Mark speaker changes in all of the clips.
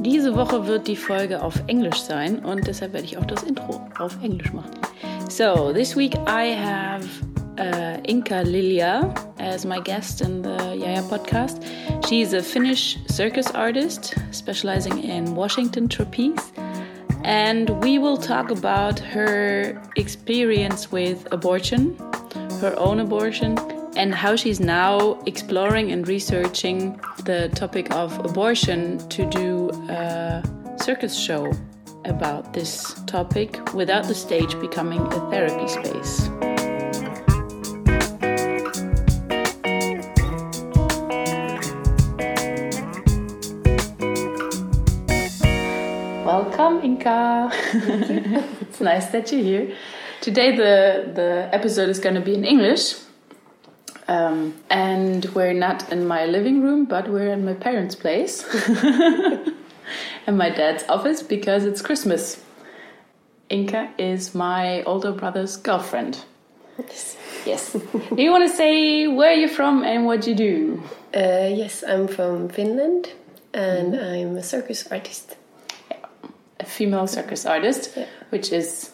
Speaker 1: Diese Woche wird die Folge auf Englisch sein und deshalb werde ich auch das Intro auf Englisch machen. So, this week I have uh, Inka Lilia as my guest in the Yaya podcast. She's a Finnish circus artist specializing in Washington trapeze. And we will talk about her experience with abortion, her own abortion, and how she's now exploring and researching the topic of abortion to do a circus show about this topic without the stage becoming a therapy space. Welcome, Inka. it's nice that you're here. Today, the, the episode is going to be in English. Um, and we're not in my living room, but we're in my parents' place and my dad's office because it's Christmas. Inka is my older brother's girlfriend.
Speaker 2: Yes.
Speaker 1: Yes. do you want to say where you're from and what you do?
Speaker 2: Uh, yes, I'm from Finland and I'm a circus artist.
Speaker 1: A female circus artist,
Speaker 2: Yeah.
Speaker 1: which is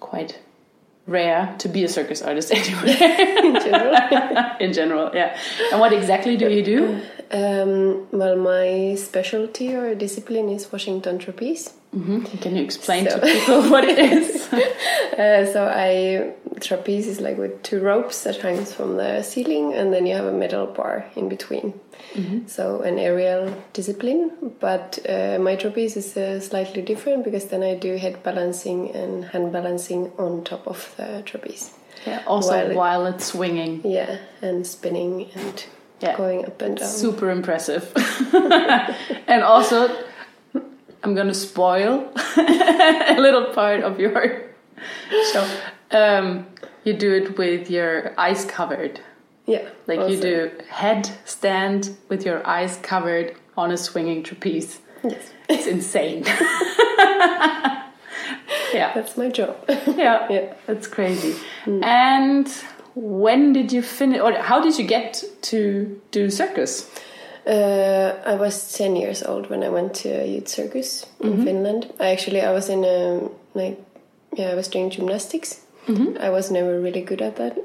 Speaker 1: quite rare to be a circus artist anyway.
Speaker 2: in general.
Speaker 1: in general, yeah. And what exactly do you do?
Speaker 2: um, well, my specialty or discipline is Washington trapeze.
Speaker 1: hmm Can you explain
Speaker 2: So-
Speaker 1: to people what it is?
Speaker 2: Uh, so I trapeze is like with two ropes that hangs from the ceiling, and then you have a metal bar in between. So an aerial discipline, but uh, my trapeze is uh, slightly different because then I do head balancing and hand balancing on top of the trapeze.
Speaker 1: Yeah, also
Speaker 2: While
Speaker 1: while,
Speaker 2: it-
Speaker 1: it's swinging.
Speaker 2: Yeah, and spinning and
Speaker 1: Yeah.
Speaker 2: going up and down.
Speaker 1: Super impressive. and also, I'm going to spoil a little part of your show. Um, you do it with your eyes covered.
Speaker 2: Yeah,
Speaker 1: Like you
Speaker 2: also.
Speaker 1: do head stand with your eyes covered on a swinging trapeze.
Speaker 2: Yes,
Speaker 1: It's insane. yeah,
Speaker 2: that's my job.
Speaker 1: yeah,
Speaker 2: Yeah.
Speaker 1: That's crazy. And when did you finish, or how did you get to do circus?
Speaker 2: Uh, I was ten years old when I went to a youth circus
Speaker 1: Mm-hmm.
Speaker 2: in Finland. I actually I was in um like yeah I was doing gymnastics.
Speaker 1: Mm-hmm.
Speaker 2: I was never really good at that.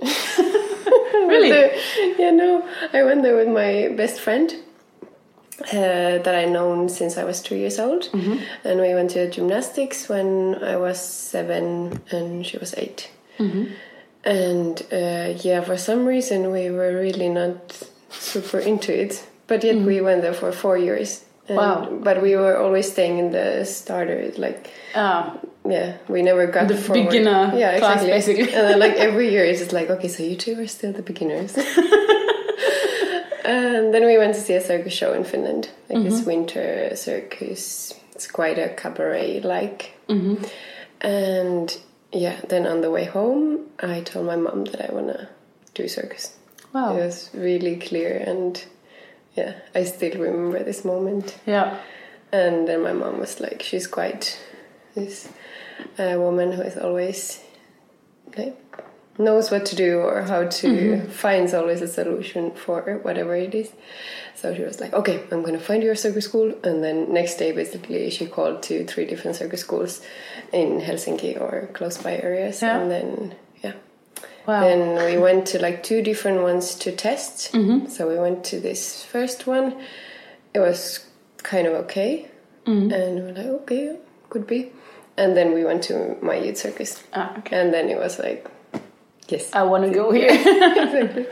Speaker 1: Really?
Speaker 2: you know, I went there with my best friend uh, that I known since I was two years old,
Speaker 1: Mm-hmm.
Speaker 2: and we went to gymnastics when I was seven and she was 8
Speaker 1: Mm-hmm.
Speaker 2: And uh, yeah, for some reason we were really not super into it, but yet we went there for four years. And-
Speaker 1: Mm-hmm. Wow.
Speaker 2: But we were always staying in the starter, like
Speaker 1: Uh,
Speaker 2: yeah, we never got
Speaker 1: The
Speaker 2: forward.
Speaker 1: beginner class, basically.
Speaker 2: And then, like every year, it's just like, okay, so you two are still the beginners. and then we went to see a circus show in Finland, like
Speaker 1: Mm-hmm.
Speaker 2: this winter circus. It's quite a cabaret-like.
Speaker 1: Mm-hmm.
Speaker 2: And yeah, then on the way home, I told my mom that I wanna do circus.
Speaker 1: wow.
Speaker 2: It was really clear, and yeah, I still remember this moment.
Speaker 1: Yeah.
Speaker 2: And then my mom was like, she's quite this uh, woman who is always like knows what to do or how to finds always a solution for whatever it is. So she was like, okay, I'm gonna find your circus school. And then next day, basically, she called to three different circus schools in Helsinki or close by areas,
Speaker 1: Yeah.
Speaker 2: and then yeah.
Speaker 1: Wow.
Speaker 2: Then we went to like two different ones to test. So we went to this first one. It was kind of okay. And we were like, okay, could be. And then we went to my youth circus.
Speaker 1: Ah, okay.
Speaker 2: And then it was like, yes.
Speaker 1: I want to go here.
Speaker 2: exactly.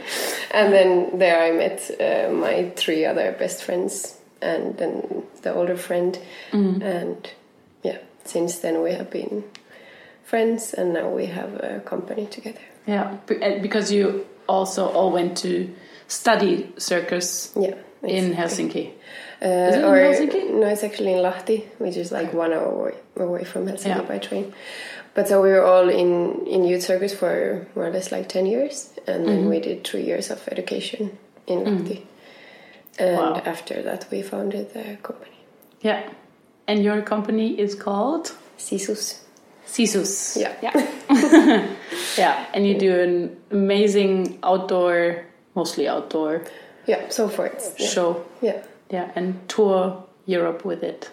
Speaker 2: And then there I met uh, my three other best friends and then the older friend.
Speaker 1: Hmm.
Speaker 2: And yeah, since then we have been friends and now we have a company together.
Speaker 1: yeah, be- and because you also all went to study circus
Speaker 2: Yeah.
Speaker 1: in Helsinki.
Speaker 2: Uh,
Speaker 1: Is it in
Speaker 2: or,
Speaker 1: Helsinki?
Speaker 2: No, it's actually in Lahti, which is like one hour away, away from Helsinki
Speaker 1: Yeah.
Speaker 2: by train. But so we were all in, in youth circus for more or less like 10 years, and then
Speaker 1: Mm-hmm.
Speaker 2: we did three years of education in Lahti. And
Speaker 1: Mm. Wow.
Speaker 2: after that, we founded the company.
Speaker 1: Yeah. And your company is called
Speaker 2: Sisus.
Speaker 1: Sisus.
Speaker 2: Yeah.
Speaker 1: Yeah. yeah. And you do an amazing outdoor, mostly outdoor
Speaker 2: Yeah, so far it's. Yeah.
Speaker 1: show.
Speaker 2: yeah.
Speaker 1: Yeah. And tour Europe with it.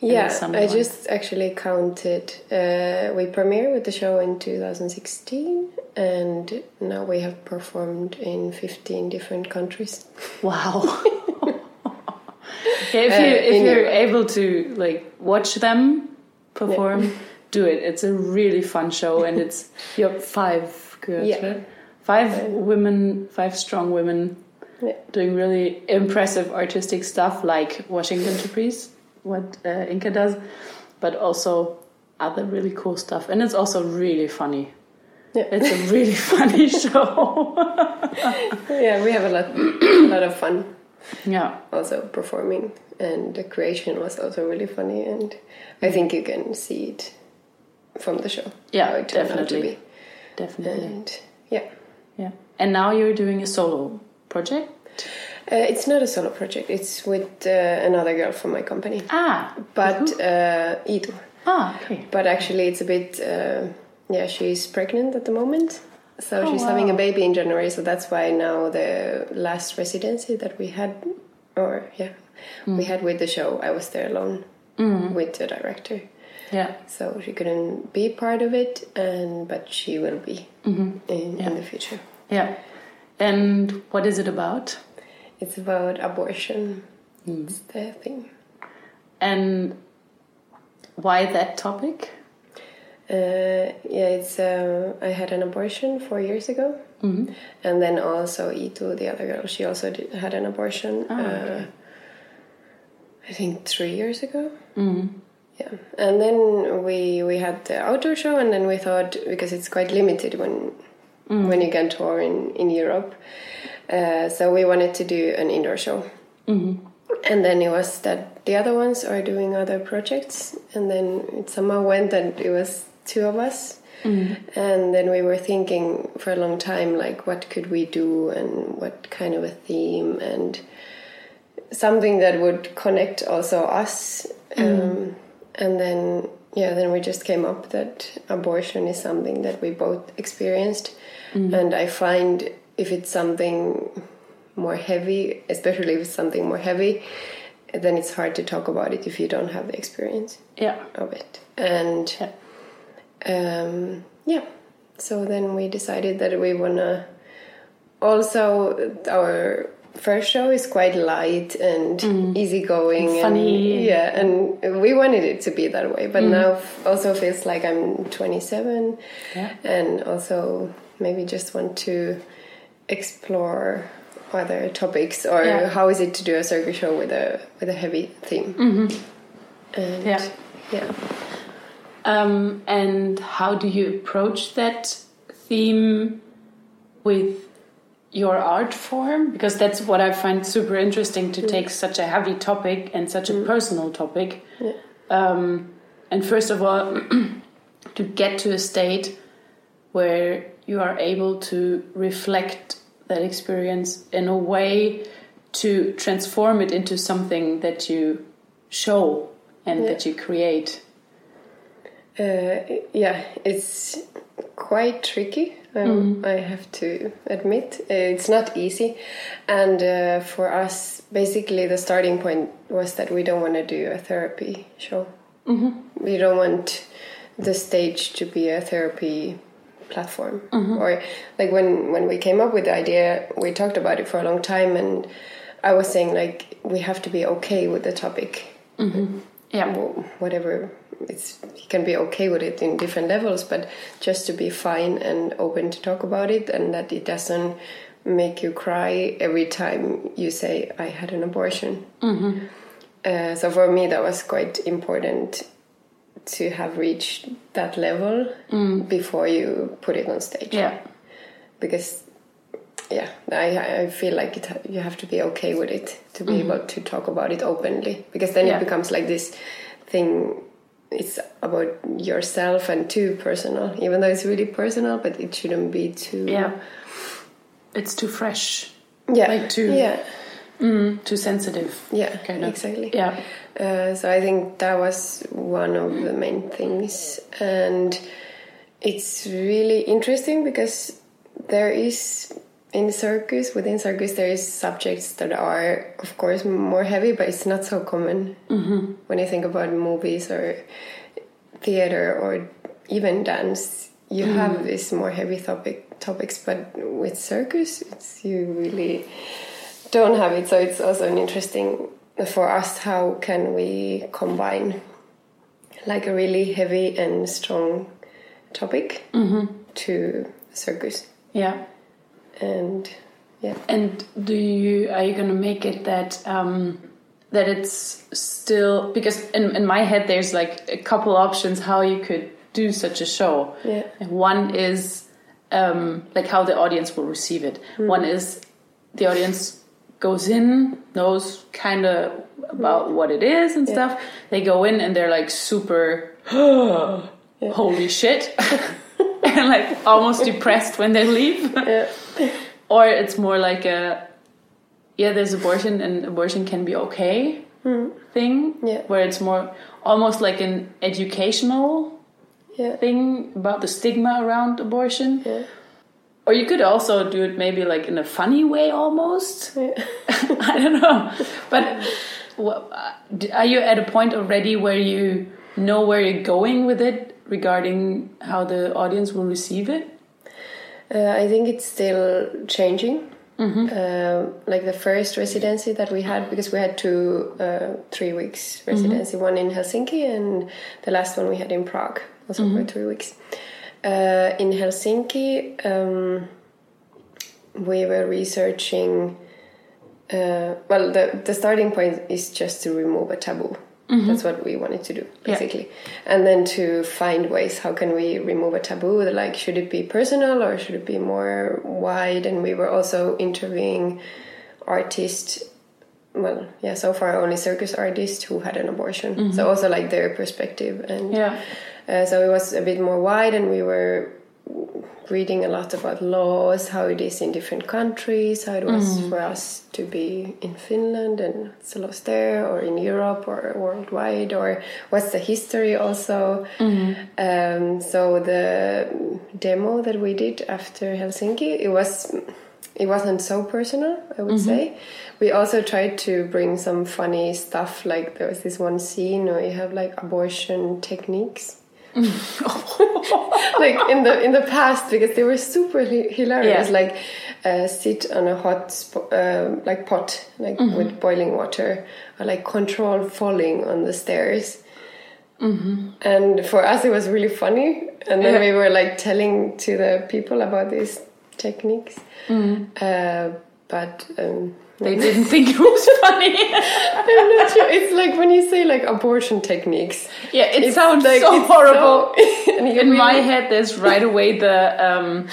Speaker 1: in the
Speaker 2: Yeah,
Speaker 1: summer
Speaker 2: I
Speaker 1: months.
Speaker 2: just actually counted. Uh, we premiered with the show in 2016, and now we have performed in 15 different countries.
Speaker 1: Wow. yeah, if you
Speaker 2: Uh,
Speaker 1: if
Speaker 2: in
Speaker 1: you're
Speaker 2: Europe.
Speaker 1: able to like watch them perform, do it. It's a really fun show, and it's you have five girls,
Speaker 2: Yeah.
Speaker 1: right? Five women, five strong women,
Speaker 2: Yeah.
Speaker 1: doing really impressive artistic stuff like Washington Caprice, what uh, Inca does, but also other really cool stuff. And it's also really funny.
Speaker 2: Yeah.
Speaker 1: It's a really funny show.
Speaker 2: yeah, we have a lot, a lot of fun
Speaker 1: yeah.
Speaker 2: also performing, and the creation was also really funny, and I think you can see it from the show.
Speaker 1: Yeah,
Speaker 2: how it turned out to
Speaker 1: definitely.
Speaker 2: be.
Speaker 1: Definitely.
Speaker 2: and yeah.
Speaker 1: Yeah. And now you're doing a solo project?
Speaker 2: Uh, it's not a solo project. It's with uh, another girl from my company,
Speaker 1: Ah.
Speaker 2: but uh, Ido.
Speaker 1: Ah, okay.
Speaker 2: But actually, it's a bit. Uh, yeah, she's pregnant at the moment, so
Speaker 1: Oh,
Speaker 2: she's having a
Speaker 1: wow.
Speaker 2: baby in January. So that's why now the last residency that we had, or yeah,
Speaker 1: Hmm.
Speaker 2: we had with the show, I was there alone with the director.
Speaker 1: Yeah.
Speaker 2: So she couldn't be part of it, and but she will be
Speaker 1: Mm-hmm.
Speaker 2: in, in the future.
Speaker 1: Yeah. And what is it about?
Speaker 2: It's about abortion.
Speaker 1: Hmm.
Speaker 2: It's the thing.
Speaker 1: And why that topic?
Speaker 2: Uh, yeah, it's. Uh, I had an abortion four years ago,
Speaker 1: Mm-hmm.
Speaker 2: and then also Itu, the other girl, she also did, had an abortion. uh, I think three years ago.
Speaker 1: Mm-hmm.
Speaker 2: Yeah, and then we we had the outdoor show, and then we thought because it's quite limited when when you can tour in in Europe, uh, so we wanted to do an indoor show. And then it was that the other ones are doing other projects, and then it somehow went that it was two of us. And then we were thinking for a long time, like, what could we do and what kind of a theme, and something that would connect also us. Um, and then, yeah, then we just came up that abortion is something that we both experienced. And I find if it's something more heavy, especially if it's something more heavy, then it's hard to talk about it if you don't have the experience
Speaker 1: Yeah.
Speaker 2: of it. And um, yeah, so then we decided that we wanna. Also, our first show is quite light and easygoing, and
Speaker 1: Mm. Funny. Mm.
Speaker 2: Yeah, and we wanted it to be that way, but now f- also feels like I'm 27,
Speaker 1: Yeah.
Speaker 2: and also maybe just want to explore other topics or
Speaker 1: Yeah.
Speaker 2: how is it to do a circus show with a with a heavy theme. And
Speaker 1: Mm-hmm. Yeah.
Speaker 2: yeah.
Speaker 1: Um, and how do you approach that theme with your art form? Because that's what I find super interesting to take such a heavy topic and such a personal topic. Um, and first of all, to get to a state where you are able to reflect that experience in a way to transform it into something that you show and that you create.
Speaker 2: Uh, yeah, it's quite tricky. Um, I have to admit, Uh, it's not easy. And uh, for us, basically, the starting point was that we don't want to do a therapy show. We don't want the stage to be a therapy platform. Or like when when we came up with the idea, we talked about it for a long time, and I was saying like we have to be okay with the topic
Speaker 1: Yeah.
Speaker 2: wh- whatever it's you can be okay with it in different levels but just to be fine and open to talk about it and that it doesn't make you cry every time you say i had an abortion
Speaker 1: Mm-hmm.
Speaker 2: uh, so for me that was quite important to have reached that level before you put it on stage
Speaker 1: Mm. Yeah.
Speaker 2: because yeah i, I feel like it, ha- you have to be okay with it to be able to talk about it openly because then
Speaker 1: Mm-hmm. Yeah.
Speaker 2: it becomes like this thing it's about yourself and too personal even though it's really personal but it shouldn't be too
Speaker 1: Yeah. It's too fresh,
Speaker 2: yeah
Speaker 1: like too-
Speaker 2: yeah
Speaker 1: too sensitive.
Speaker 2: yeah
Speaker 1: Kind of.
Speaker 2: exactly
Speaker 1: Yeah.
Speaker 2: Uh, so I think that was one of the main things, and it's really interesting because there is in circus within circus there is subjects that are of course more heavy but it's not so common
Speaker 1: Mm-hmm.
Speaker 2: when you think about movies or theater or even dance you have these more heavy topic topics but with circus it's you really don't have it so it's also an interesting for us how can we combine like a really heavy and strong topic to circus
Speaker 1: Yeah.
Speaker 2: and yeah
Speaker 1: And do you are you gonna make it that um, that it's still because in, in my head there's like a couple options how you could do such a show.
Speaker 2: Yeah.
Speaker 1: And One is um, like how the audience will receive it. One is the audience goes in knows kind of about what it is and stuff. They go in and they're like super holy shit and like almost depressed when they leave
Speaker 2: yeah
Speaker 1: or it's more like a yeah there's abortion and abortion can be okay thing
Speaker 2: Hmm. Yeah.
Speaker 1: where it's more almost like an educational
Speaker 2: yeah
Speaker 1: thing about the stigma around abortion
Speaker 2: yeah
Speaker 1: or you could also do it maybe like in a funny way almost
Speaker 2: yeah
Speaker 1: i don't know but wha- uh, d- are you at a point already where you know where you're going with it regarding how the audience will receive it
Speaker 2: Uh, I think it's still changing. Um, like the first residency that we had, because we had two, uh, three weeks residency, one in Helsinki and the last one we had in Prague, also for three weeks. Uh, in Helsinki, um, we were researching. Uh, well, the, the starting point is just to remove a taboo. That's what we wanted to do, basically. And then to find ways how can we remove a taboo? Like, should it be personal or should it be more wide? And we were also interviewing artists. Well, yeah, so far only circus artists who had an abortion. So also like their perspective and
Speaker 1: yeah
Speaker 2: uh, so it was a bit more wide, and we were reading a lot about laws, how it is in different countries, how it was for us to be in Finland and the laws there, or in Europe, or worldwide, or what's the history also. Um, so the demo that we did after Helsinki, it was. It wasn't so personal, I would say. We also tried to bring some funny stuff. Like there was this one scene where you have like abortion techniques, like in the in the past because they were super hi- hilarious
Speaker 1: Yeah.
Speaker 2: like uh, sit on a hot sp- um like pot like
Speaker 1: Mm-hmm.
Speaker 2: with boiling water or like control falling on the stairs and for us it was really funny and then
Speaker 1: Mm-hmm. Yeah.
Speaker 2: we were like telling to the people about these techniques uh, but um,
Speaker 1: Mm-hmm. they didn't think it was funny
Speaker 2: I'm not sure. It's like when you say like abortion techniques.
Speaker 1: Yeah, it
Speaker 2: It's
Speaker 1: sounds
Speaker 2: like-
Speaker 1: so
Speaker 2: it's
Speaker 1: horrible.
Speaker 2: so- and you
Speaker 1: In my
Speaker 2: really-
Speaker 1: head, there's right away the um,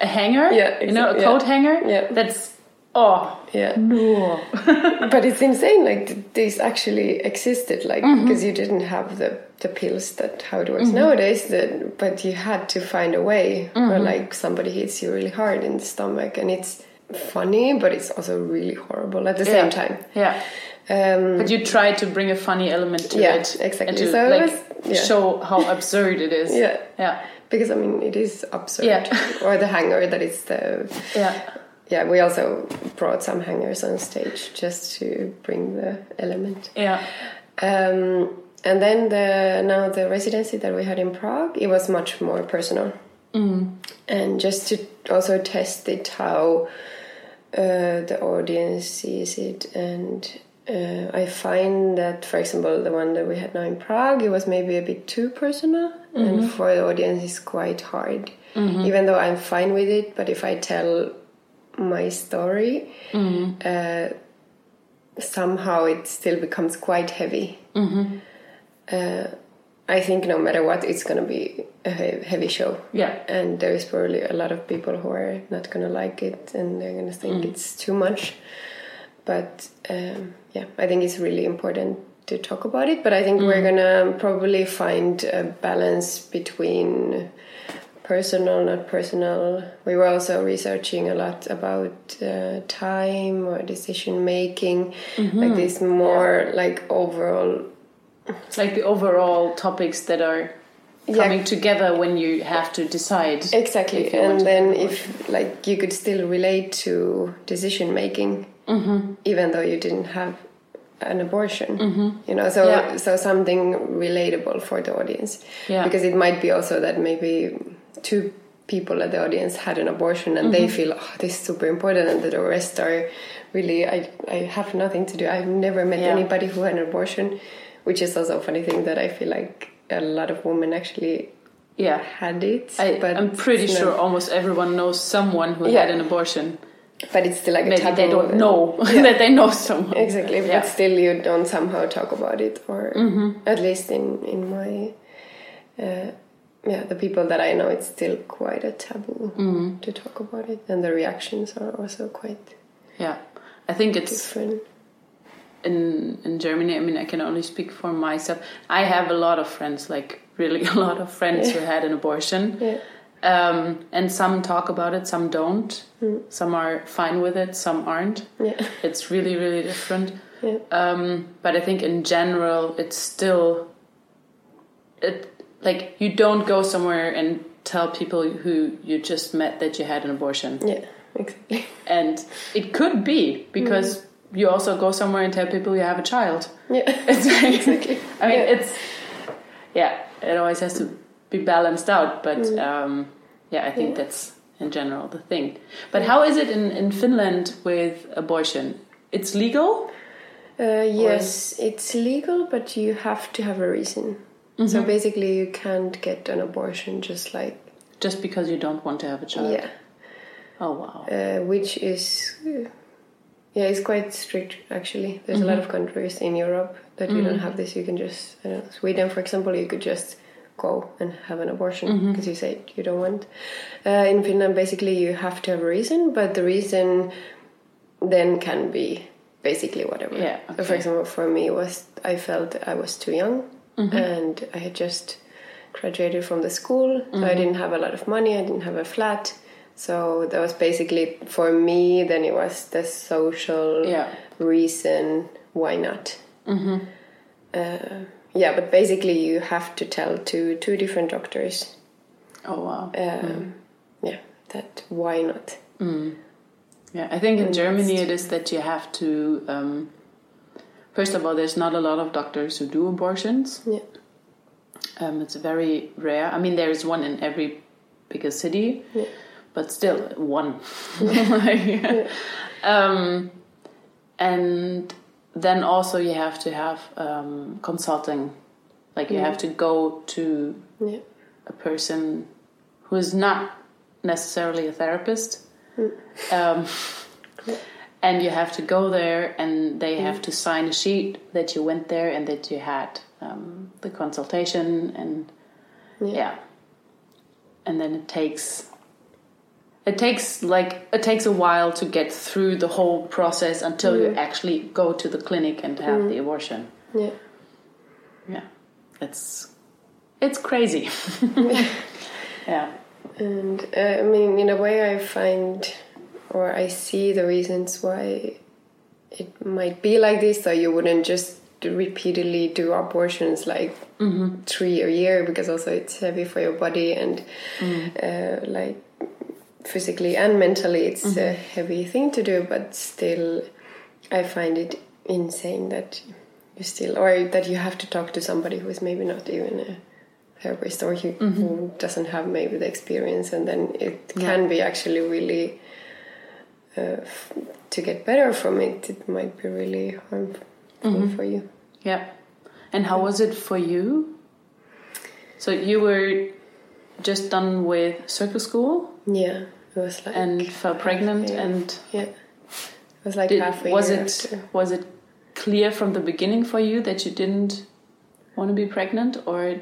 Speaker 1: a hanger.
Speaker 2: Yeah,
Speaker 1: you know, a
Speaker 2: exact- yeah.
Speaker 1: coat hanger.
Speaker 2: Yeah.
Speaker 1: that's oh
Speaker 2: yeah.
Speaker 1: no.
Speaker 2: but it's insane like th- these actually existed like
Speaker 1: Mm-hmm.
Speaker 2: because you didn't have the the pills that how it works nowadays that but you had to find a way
Speaker 1: Mm-hmm.
Speaker 2: where like somebody hits you really hard in the stomach and it's funny but it's also really horrible at the same time
Speaker 1: Yeah,
Speaker 2: um
Speaker 1: but you try to bring a funny element to
Speaker 2: Yeah,
Speaker 1: it.
Speaker 2: exactly.
Speaker 1: And to
Speaker 2: So it
Speaker 1: like
Speaker 2: was- yeah.
Speaker 1: show how absurd it is.
Speaker 2: Yeah.
Speaker 1: yeah,
Speaker 2: because i mean it is absurd
Speaker 1: Yeah.
Speaker 2: or the hanger that is the
Speaker 1: yeah.
Speaker 2: yeah we also brought some hangers on stage just to bring the element
Speaker 1: yeah.
Speaker 2: Um, and then the now the residency that we had in Prague, it was much more personal, and just to also test it how uh, the audience sees it. And uh, I find that, for example, the one that we had now in Prague, it was maybe a bit too personal, and for the audience, it's quite hard. Even though I'm fine with it, but if I tell my story, somehow it still becomes quite heavy. Mm-hmm. Uh, I think no matter what, it's going to be a he- heavy show.
Speaker 1: Yeah.
Speaker 2: And there is probably a lot of people who are not going to like it and they're going to think it's too much. But um, yeah, I think it's really important to talk about it. But I think we're going to probably find a balance between personal, not personal. We were also researching a lot about uh, time or decision making, like this more like overall
Speaker 1: It's like the overall topics that are
Speaker 2: Yeah.
Speaker 1: coming together when you have to decide.
Speaker 2: Exactly,
Speaker 1: If you want
Speaker 2: and
Speaker 1: to
Speaker 2: then
Speaker 1: do
Speaker 2: if like you could still relate to decision making,
Speaker 1: Mm-hmm.
Speaker 2: even though you didn't have an abortion, you know. So
Speaker 1: Yeah.
Speaker 2: so something relatable for the audience,
Speaker 1: Yeah.
Speaker 2: because it might be also that maybe two people at the audience had an abortion and they
Speaker 1: Mm-hmm.
Speaker 2: feel oh this is super important and the rest are really I I have nothing to do. I've never met
Speaker 1: Yeah.
Speaker 2: anybody who had an abortion, which is also a funny thing that I feel like a lot of women actually
Speaker 1: Yeah.
Speaker 2: had it.
Speaker 1: I,
Speaker 2: but
Speaker 1: I'm pretty
Speaker 2: it's not-
Speaker 1: sure almost everyone knows someone who
Speaker 2: Yeah.
Speaker 1: had an abortion.
Speaker 2: but it's still like a
Speaker 1: Maybe
Speaker 2: taboo.
Speaker 1: they don't know that they know someone.
Speaker 2: exactly but
Speaker 1: Yeah. Mm-hmm.
Speaker 2: still you don't somehow talk about it or at least in in my uh, yeah the people that i know it's still quite a taboo
Speaker 1: Mm-hmm.
Speaker 2: to talk about it and the reactions are also quite
Speaker 1: Yeah. I think it's
Speaker 2: different
Speaker 1: in in Germany. I mean, I can only speak for myself. I have a lot of friends, like really a lot of friends who had an abortion.
Speaker 2: yeah
Speaker 1: Um, and some talk about it, some don't.
Speaker 2: Hmm.
Speaker 1: Some are fine with it, some aren't.
Speaker 2: yeah
Speaker 1: It's really, really different.
Speaker 2: Yeah.
Speaker 1: Um, but I think in general, it's still it like you don't go somewhere and tell people who you just met that you had an abortion,
Speaker 2: yeah exactly
Speaker 1: and it could be because
Speaker 2: Mm-hmm.
Speaker 1: you also go somewhere and tell people you have a child.
Speaker 2: yeah
Speaker 1: It's like,
Speaker 2: Exactly.
Speaker 1: I mean,
Speaker 2: Yeah.
Speaker 1: it's yeah, it always has to be balanced out. But um, yeah, I think
Speaker 2: Mm. Yeah.
Speaker 1: that's in general the thing. But how is it in, in Finland with abortion? It's legal.
Speaker 2: Uh, yes, it's legal, but you have to have a reason.
Speaker 1: Mm-hmm.
Speaker 2: So basically, you can't get an abortion just like
Speaker 1: Just because you don't want to have a child.
Speaker 2: yeah.
Speaker 1: Oh wow.
Speaker 2: uh, which is uh, yeah, it's quite strict actually. There's
Speaker 1: Mm-hmm.
Speaker 2: a lot of countries in Europe that you don't have this. You can just I don't know, Sweden, for example, you could just go and have an abortion
Speaker 1: Mm-hmm.
Speaker 2: because you say you don't want. Uh, in Finland, basically, you have to have a reason, but the reason then can be basically whatever.
Speaker 1: Yeah,
Speaker 2: So for
Speaker 1: okay.
Speaker 2: example, for me, it was I felt I was too young, and I had just graduated from the school, so I didn't have a lot of money. I didn't have a flat, so that was basically for me. Then it was the social
Speaker 1: Yeah.
Speaker 2: reason why not. Uh, yeah, but basically, you have to tell to two different doctors.
Speaker 1: Oh wow.
Speaker 2: Um, Yeah, that why not?
Speaker 1: Yeah, I think in Germany it is that you have to. Um, first of all, there's not a lot of doctors who do abortions.
Speaker 2: Yeah.
Speaker 1: Um, it's very rare. I mean, there is one in every bigger city,
Speaker 2: Yeah.
Speaker 1: but still one. Like, um, and then also you have to have um, consulting. Like you
Speaker 2: Mm.
Speaker 1: have to go to
Speaker 2: Yeah.
Speaker 1: a person who is not necessarily a therapist. Um, and you have to go there, and they have to sign a sheet that you went there and that you had um, the consultation, and yeah.
Speaker 2: Yeah.
Speaker 1: and then it takes it takes like it takes a while to get through the whole process until you actually go to the clinic and have the abortion.
Speaker 2: Yeah.
Speaker 1: Yeah, it's it's crazy. yeah.
Speaker 2: And uh, I mean, in a way, I find or I see the reasons why it might be like this, so you wouldn't just do- repeatedly do abortions like three a year because also it's heavy for your body and uh, like physically and mentally it's a heavy thing to do, but still, I find it insane that you still or that you have to talk to somebody who is maybe not even a therapist or who, who doesn't have maybe the experience and then it can be actually really uh, f- to get better from it it might be really harmful
Speaker 1: Mm-hmm.
Speaker 2: for you
Speaker 1: Yeah. And how was it for you? So you were just done with circle school
Speaker 2: yeah it was like
Speaker 1: and fell pregnant
Speaker 2: yeah.
Speaker 1: and
Speaker 2: yeah it was like
Speaker 1: did,
Speaker 2: half a
Speaker 1: was
Speaker 2: year
Speaker 1: it
Speaker 2: after.
Speaker 1: was it clear from the beginning for you that you didn't want to be pregnant or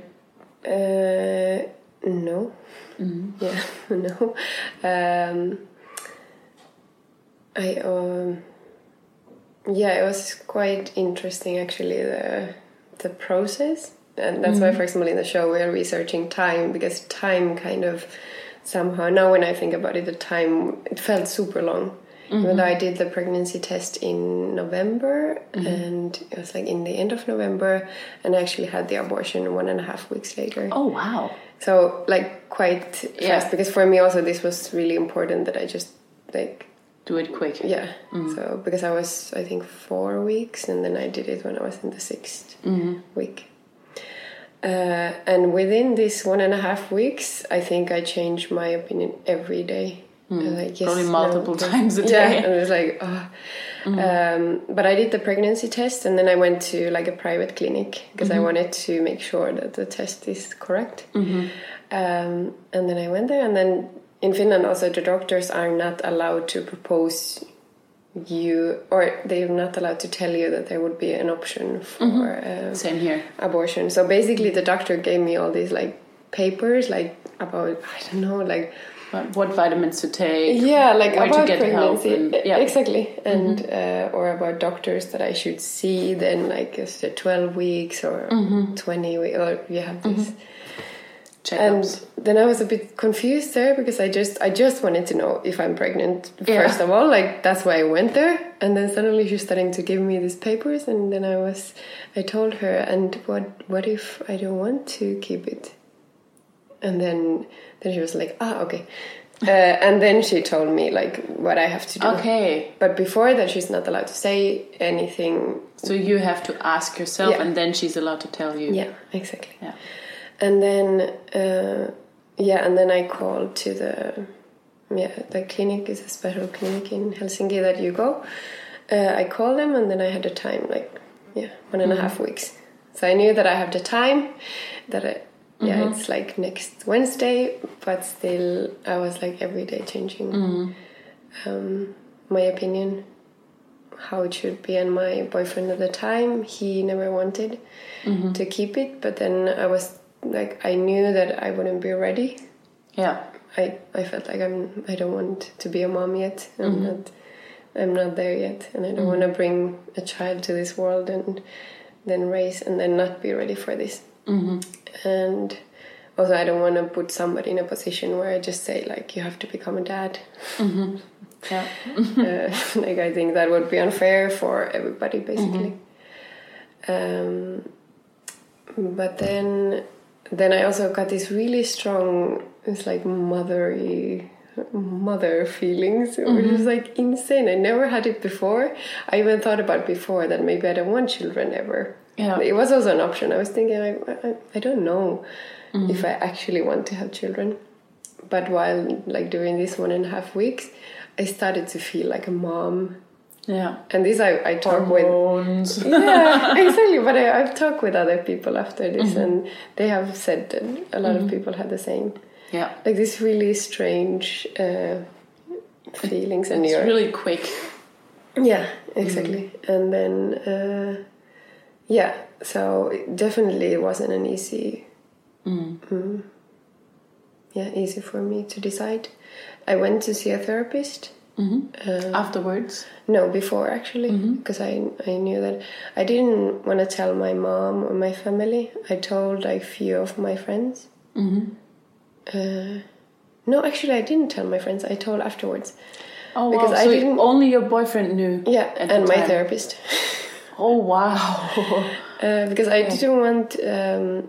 Speaker 2: Uh, no. Yeah, no. Um, I um, yeah, it was quite interesting actually the the process, and that's why, for example, in the show we are researching time because time kind of somehow now when I think about it, the time it felt super long Even though I did the pregnancy test in November, and it was like in the end of November, and I actually had the abortion one and a half weeks later.
Speaker 1: Oh wow.
Speaker 2: So like quite fast
Speaker 1: Yeah.
Speaker 2: because for me also this was really important that I just like
Speaker 1: Do it quick.
Speaker 2: yeah.
Speaker 1: Mm-hmm.
Speaker 2: So because I was I think four weeks and then I did it when I was in the 6th
Speaker 1: Mm-hmm.
Speaker 2: week. Uh, and within this one and a half weeks, I think I changed my opinion every day. Like, yes,
Speaker 1: Hmm. Probably
Speaker 2: no,
Speaker 1: multiple
Speaker 2: yes.
Speaker 1: times a
Speaker 2: Yeah,
Speaker 1: day. Mm-hmm.
Speaker 2: and it was like, oh. Um, but I did the pregnancy test, and then I went to like a private clinic because
Speaker 1: Mm-hmm.
Speaker 2: I wanted to make sure that the test is correct.
Speaker 1: Mm-hmm.
Speaker 2: Um, and then I went there, and then in Finland also the doctors are not allowed to propose you, or they're not allowed to tell you that there would be an option for um,
Speaker 1: Same here.
Speaker 2: abortion. So basically, the doctor gave me all these like papers, like about I don't know, like
Speaker 1: But what vitamins to take?
Speaker 2: yeah, like
Speaker 1: where to
Speaker 2: about
Speaker 1: get help
Speaker 2: pregnancy,
Speaker 1: and-
Speaker 2: e-
Speaker 1: yeah. Mm-hmm.
Speaker 2: exactly, and uh, or about doctors that I should see. Then like is it twelve weeks or
Speaker 1: Mm-hmm.
Speaker 2: twenty weeks, or you have this.
Speaker 1: Checkups.
Speaker 2: And then I was a bit confused there because I just I just wanted to know if I'm pregnant
Speaker 1: Yeah.
Speaker 2: first of all. Like that's why I went there. And then suddenly she's starting to give me these papers and then I was I told her and what what if I don't want to keep it? And then then she was like, "Ah, okay." Uh, and then she told me like what I have to do.
Speaker 1: okay.
Speaker 2: But before that she's not allowed to say anything.
Speaker 1: So you have to ask yourself,
Speaker 2: Yeah.
Speaker 1: and then she's allowed to tell you.
Speaker 2: Yeah, exactly.
Speaker 1: Yeah.
Speaker 2: and then uh, yeah and then i called to the yeah the clinic is a special clinic in helsinki that you go uh, i called them and then i had a time like yeah one and a half weeks so i knew that i have the time that I, yeah it's like next wednesday but still i was like every day changing um, my opinion how it should be and my boyfriend at the time he never wanted to keep it but then i was like i knew that i wouldn't be ready
Speaker 1: Yeah.
Speaker 2: i i felt like i'm i don't want to be a mom yet i'm not i'm not there yet and i don't want to bring a child to this world and then raise and then not be ready for this and also i don't want to put somebody in a position where i just say like you have to become a dad
Speaker 1: Yeah.
Speaker 2: uh, like I think that would be unfair for everybody basically. Um, but then, then I also got this really strong, it's like mothery mother feelings which was like insane i never had it before i even thought about before that maybe i don't want children ever
Speaker 1: Yeah.
Speaker 2: it was also an option i was thinking i, I, I don't know
Speaker 1: Mm-hmm.
Speaker 2: if i actually want to have children but while like during this one and a half weeks i started to feel like a mom
Speaker 1: Yeah.
Speaker 2: and this i, I
Speaker 1: Oh.
Speaker 2: talk with
Speaker 1: Hormones.
Speaker 2: yeah exactly but I, i've talked with other people after this
Speaker 1: Mm-hmm.
Speaker 2: and they have said that a lot of people had the same
Speaker 1: Yeah.
Speaker 2: like this really strange uh, feelings and
Speaker 1: It's Mm-hmm.
Speaker 2: you're
Speaker 1: really quick.
Speaker 2: yeah, exactly. And then, uh, yeah, so it definitely it wasn't an easy, Mm. yeah, easy for me to decide. I went to see a therapist. Um,
Speaker 1: Afterwards.
Speaker 2: no, before actually,
Speaker 1: Mm-hmm.
Speaker 2: because I I knew that I didn't want to tell my mom or my family. I told like few of my friends.
Speaker 1: Mm-hmm.
Speaker 2: Uh, no, actually, I didn't tell my friends. I told afterwards.
Speaker 1: Oh wow.
Speaker 2: Because I
Speaker 1: so
Speaker 2: didn't-
Speaker 1: only your boyfriend knew.
Speaker 2: Yeah,
Speaker 1: At
Speaker 2: and
Speaker 1: the
Speaker 2: my
Speaker 1: time.
Speaker 2: therapist.
Speaker 1: Oh wow.
Speaker 2: Uh, because I didn't want um,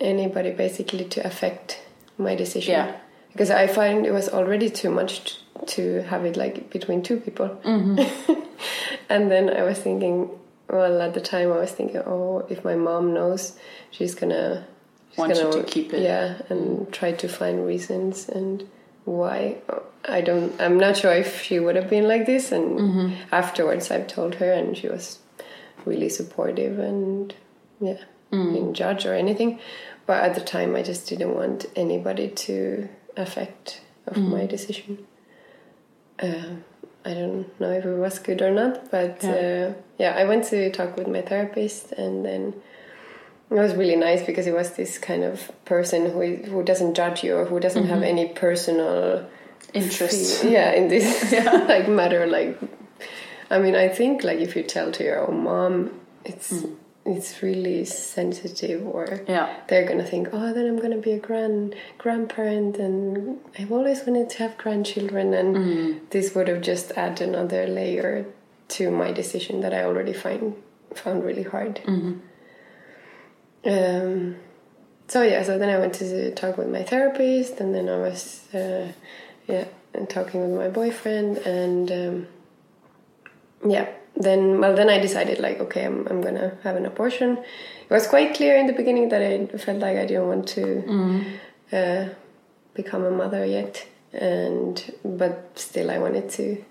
Speaker 2: anybody basically to affect my decision.
Speaker 1: Yeah.
Speaker 2: Because I find it was already too much t- to have it like between two people. and then I was thinking, well, at the time I was thinking, oh, if my mom knows, she's gonna she's
Speaker 1: Want you
Speaker 2: gonna,
Speaker 1: to keep it.
Speaker 2: Yeah, and try to find reasons and why. I don't. I'm not sure if she would have been like this. And
Speaker 1: Mm-hmm.
Speaker 2: afterwards, I've told her, and she was really supportive and yeah,
Speaker 1: Mm.
Speaker 2: didn't judge or anything. But at the time, I just didn't want anybody to affect of
Speaker 1: Mm.
Speaker 2: my decision. Uh, I don't know if it was good or not, but
Speaker 1: Yeah.
Speaker 2: Uh, yeah, I went to talk with my therapist, and then it was really nice because it was this kind of person who is, who doesn't judge you or who doesn't have any personal
Speaker 1: Mm-hmm. Interest.
Speaker 2: feel- yeah in this like
Speaker 1: Mm.
Speaker 2: matter like i mean i think like if you tell to your own mom it's it's really sensitive or
Speaker 1: Yeah.
Speaker 2: they're gonna think, oh, then I'm gonna be a grand grandparent, and I've always wanted to have grandchildren, and this would have just added another layer to my decision that I already find found really hard. Um, so yeah, so then I went to talk with my therapist, and then I was uh, yeah and talking with my boyfriend, and um, yeah then well then i decided like okay I'm, I'm gonna have an abortion it was quite clear in the beginning that i felt like i didn't want to uh, become a mother yet and but still i wanted to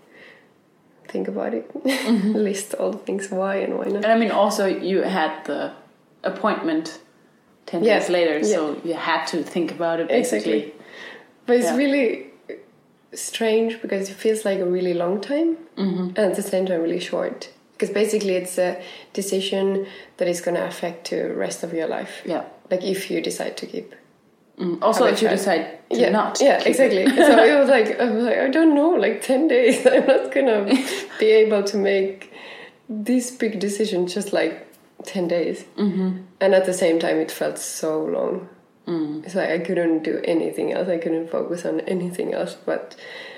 Speaker 2: think about it list all the things why and why not
Speaker 1: And I mean, also you had the appointment ten
Speaker 2: Yeah.
Speaker 1: days later, so you had to think about it basically.
Speaker 2: Exactly. but it's
Speaker 1: Yeah.
Speaker 2: really strange because it feels like a really long time and at the same time really short because basically it's a decision that is going to affect the rest of your life
Speaker 1: Yeah.
Speaker 2: like if you decide to keep
Speaker 1: Mm. Also,
Speaker 2: Have
Speaker 1: if
Speaker 2: a
Speaker 1: you
Speaker 2: child.
Speaker 1: decide to
Speaker 2: yeah,
Speaker 1: not,
Speaker 2: Yeah,
Speaker 1: keep it.
Speaker 2: exactly. so it was like I was like, I don't know, like ten days. I'm not gonna be able to make this big decision just like ten days. Mm-hmm. And at the same time, it felt so long.
Speaker 1: Mm.
Speaker 2: It's like I couldn't do anything else. I couldn't focus on anything else. But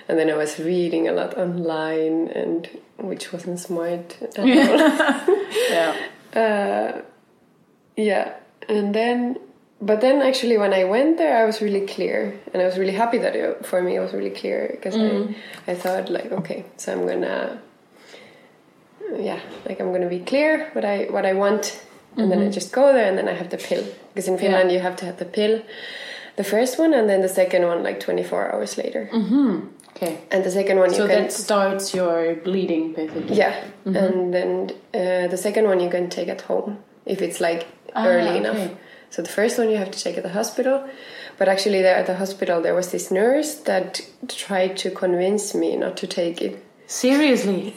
Speaker 2: and then I was reading a lot online, and which wasn't smart at all
Speaker 1: Yeah.
Speaker 2: uh, yeah and then but then actually when i went there i was really clear and i was really happy that it, for me it was really clear because
Speaker 1: Mm-hmm.
Speaker 2: I, I thought like okay so i'm gonna yeah like i'm gonna be clear what i what i want and
Speaker 1: Mm-hmm.
Speaker 2: then i just go there and then i have the pill because in finland you have to have the pill the first one and then the second one like 24 hours later
Speaker 1: Okay.
Speaker 2: and the second one
Speaker 1: Mm. So
Speaker 2: you can
Speaker 1: that starts your bleeding, basically.
Speaker 2: yeah,
Speaker 1: Mm-hmm.
Speaker 2: and then uh, the second one you can take at home if it's like
Speaker 1: Ah,
Speaker 2: early
Speaker 1: okay.
Speaker 2: enough. So the first one you have to take at the hospital, but actually there at the hospital there was this nurse that tried to convince me not to take it.
Speaker 1: Seriously,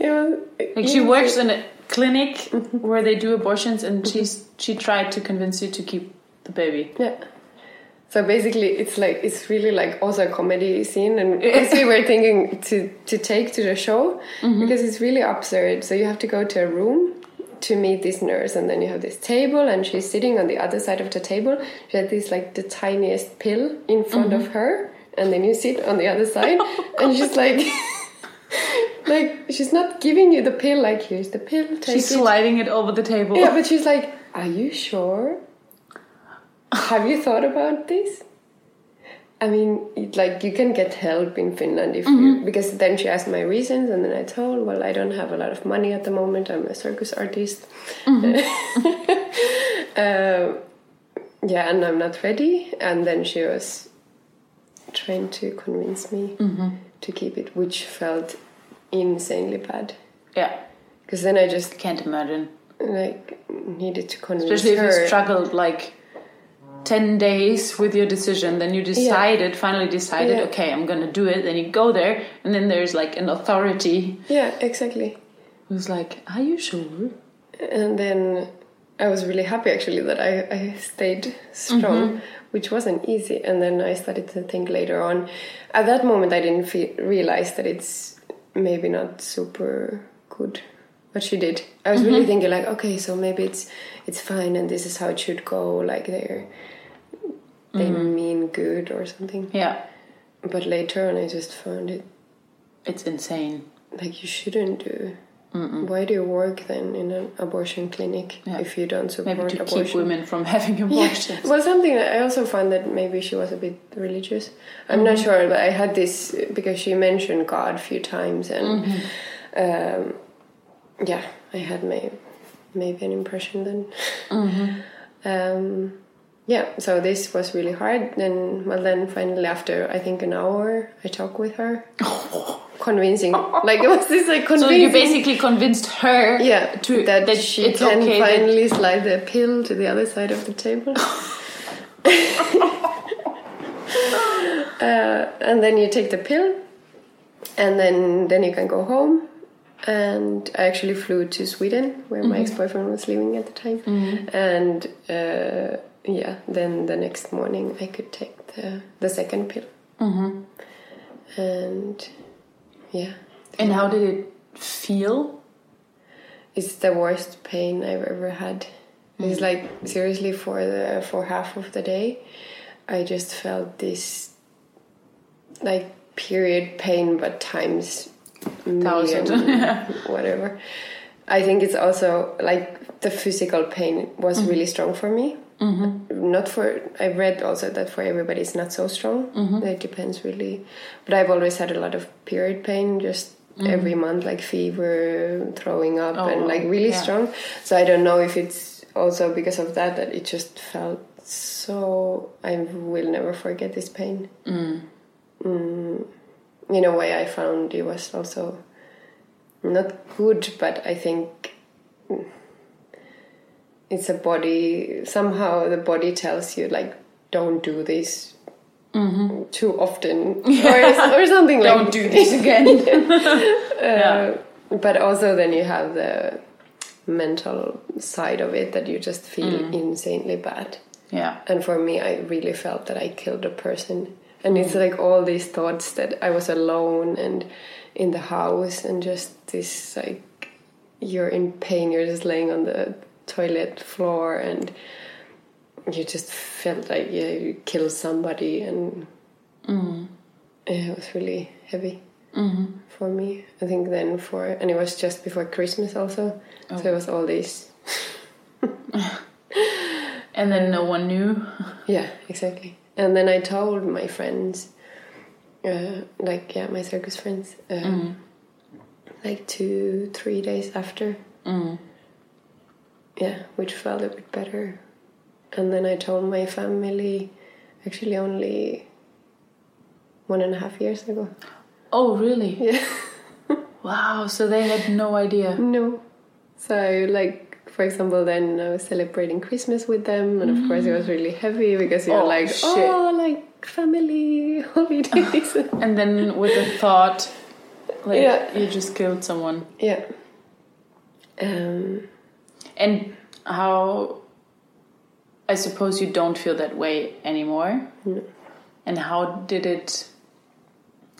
Speaker 2: It was-
Speaker 1: like she works in a clinic where they do abortions, and she's she tried to convince you to keep the baby.
Speaker 2: Yeah. So basically, it's like it's really like also a comedy scene, and basically we're thinking to to take to the show because it's really absurd. So you have to go to a room to meet this nurse, and then you have this table, and she's sitting on the other side of the table. She had this like the tiniest pill in front of her, and then you sit on the other side, and she's like. Like she's not giving you the pill. Like here's the pill. Take
Speaker 1: She's
Speaker 2: it.
Speaker 1: sliding it over the table.
Speaker 2: Yeah, but she's like, Are you sure? Have you thought about this? I mean, it, like you can get help in Finland if you because then she asked my reasons and then I told, well, I don't have a lot of money at the moment. I'm a circus artist. um, yeah, and I'm not ready. And then she was trying to convince me to keep it, which felt insanely bad
Speaker 1: Yeah.
Speaker 2: because then I just
Speaker 1: Can't imagine.
Speaker 2: like needed to convince
Speaker 1: Especially if
Speaker 2: her.
Speaker 1: you struggled like 10 days with your decision, then you decided, finally decided,
Speaker 2: Yeah.
Speaker 1: okay, I'm gonna do it. Then you go there, and then there's like an authority
Speaker 2: yeah, exactly.
Speaker 1: who's like, Are you sure?
Speaker 2: And then I was really happy actually that I, I stayed
Speaker 1: Mm-hmm.
Speaker 2: strong, which wasn't easy. And then I started to think later on. At that moment, I didn't fe realize that it's maybe not super good what she did. I was
Speaker 1: Mm-hmm.
Speaker 2: really thinking like, okay, so maybe it's it's fine, and this is how it should go. Like they're they
Speaker 1: Mm-hmm.
Speaker 2: mean good or something.
Speaker 1: Yeah,
Speaker 2: But later on, I just found it
Speaker 1: it's insane.
Speaker 2: like you shouldn't do. Why do you work then in an abortion clinic
Speaker 1: Yeah.
Speaker 2: if you don't support
Speaker 1: Maybe to
Speaker 2: abortion?
Speaker 1: keep women from having
Speaker 2: yeah.
Speaker 1: abortions.
Speaker 2: Well, something that I also find that maybe she was a bit religious. I'm not
Speaker 1: Mm-hmm.
Speaker 2: sure, but I had this uh, because she mentioned God a few times, and
Speaker 1: Mm-hmm.
Speaker 2: um, yeah, I had may, maybe an impression then.
Speaker 1: Mm-hmm.
Speaker 2: Um, yeah, so this was really hard. Then, well, then finally after I think an hour, I talked with her, convincing. Like it was this like
Speaker 1: So
Speaker 2: convincing.
Speaker 1: you basically convinced her
Speaker 2: Yeah,
Speaker 1: to
Speaker 2: that,
Speaker 1: that,
Speaker 2: she
Speaker 1: it's
Speaker 2: can
Speaker 1: okay. that-
Speaker 2: finally slide the pill to the other side of the table. uh, and then you take the pill, and then then you can go home. And I actually flew to Sweden, where
Speaker 1: Mm-hmm.
Speaker 2: my ex-boyfriend was living at the time. And uh, yeah, then the next morning I could take the the second pill.
Speaker 1: Mm-hmm.
Speaker 2: And yeah,
Speaker 1: and how did it feel?
Speaker 2: it's the worst pain I've ever had. It's like seriously for the for half of the day, I just felt this like period pain, but times
Speaker 1: Thousand.
Speaker 2: million, whatever. I think it's also like the physical pain was really strong for me. Not for I read also that for everybody it's not so strong.
Speaker 1: Mm-hmm.
Speaker 2: It depends really, but I've always had a lot of period pain just. Every month, like fever, throwing up,
Speaker 1: Mm-hmm. Oh,
Speaker 2: and like really
Speaker 1: yeah.
Speaker 2: strong. So I don't know if it's also because of that that it just felt so. I will never forget this pain. Mm. In a way, I found it was also not good, but I think it's a body. Somehow the body tells you like, don't do this. Too often, or, or something like
Speaker 1: Mm-hmm. Don't do this again.
Speaker 2: Uh,
Speaker 1: Yeah.
Speaker 2: but also then you have the mental side of it that you just feel
Speaker 1: Mm.
Speaker 2: insanely bad
Speaker 1: yeah.
Speaker 2: and for me i really felt that i killed a person and it's like all these thoughts that i was alone and in the house and just this like you're in pain you're just laying on the toilet floor and you just felt like yeah, you killed somebody and
Speaker 1: Mm.
Speaker 2: yeah, it was really heavy
Speaker 1: Mm-hmm.
Speaker 2: for me i think then for and it was just before christmas also so it was all these
Speaker 1: And then no one knew.
Speaker 2: Yeah, exactly. And then I told my friends, uh, like yeah, my circus friends, uh,
Speaker 1: Mm-hmm.
Speaker 2: like two, three days after.
Speaker 1: Mm.
Speaker 2: Yeah, which felt a bit better. And then I told my family, actually only one and a half years ago.
Speaker 1: Oh, really?
Speaker 2: Yeah.
Speaker 1: Wow. So they had no idea.
Speaker 2: No. So, like, for example, then I was celebrating Christmas with them, and of course it was really heavy because you're
Speaker 1: Mm-hmm. Oh,
Speaker 2: like,
Speaker 1: shit.
Speaker 2: oh, like family holidays.
Speaker 1: And then with the thought, like
Speaker 2: Yeah.
Speaker 1: you just killed someone.
Speaker 2: yeah. Um,
Speaker 1: And how? I suppose you don't feel that way anymore. And how did it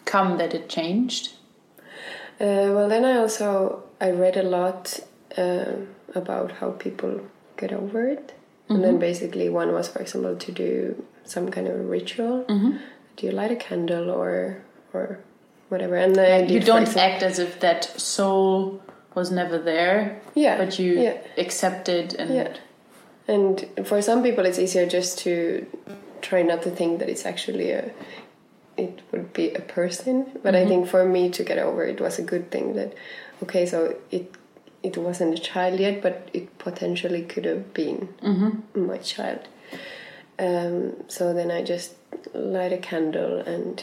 Speaker 1: come that it changed?
Speaker 2: uh, well, then I also I read a lot um about how people get over it, and
Speaker 1: Mm-hmm.
Speaker 2: then basically one was, for example, to do some kind of ritual.
Speaker 1: Mm-hmm.
Speaker 2: Do you light a candle or or whatever? And then I did,
Speaker 1: you
Speaker 2: for
Speaker 1: don't
Speaker 2: example-
Speaker 1: act as if that soul was never there
Speaker 2: Yeah,
Speaker 1: but you
Speaker 2: yeah.
Speaker 1: accepted and
Speaker 2: Yeah. And for some people, it's easier just to try not to think that it's actually a. It would be a person, but I think for me to get over it was a good thing that, okay, so it it wasn't a child yet, but it potentially could have been my child. Um, so then I just light a candle and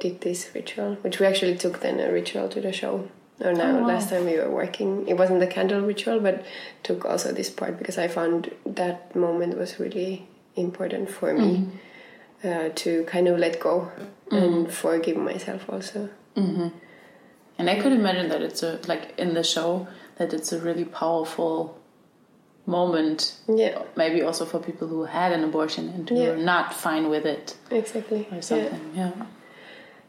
Speaker 2: did this ritual, which we actually took then a ritual to the show. Or now,
Speaker 1: Oh, wow.
Speaker 2: last time we were working, it wasn't the candle ritual, but took also this part because I found that moment was really important for me
Speaker 1: Mm-hmm.
Speaker 2: uh, to kind of let go and forgive myself also.
Speaker 1: and i could imagine that it's a like in the show that it's a really powerful moment
Speaker 2: Yeah,
Speaker 1: maybe also for people who had an abortion and who
Speaker 2: Yeah.
Speaker 1: are not fine with it
Speaker 2: exactly.
Speaker 1: or
Speaker 2: Yeah.
Speaker 1: something yeah,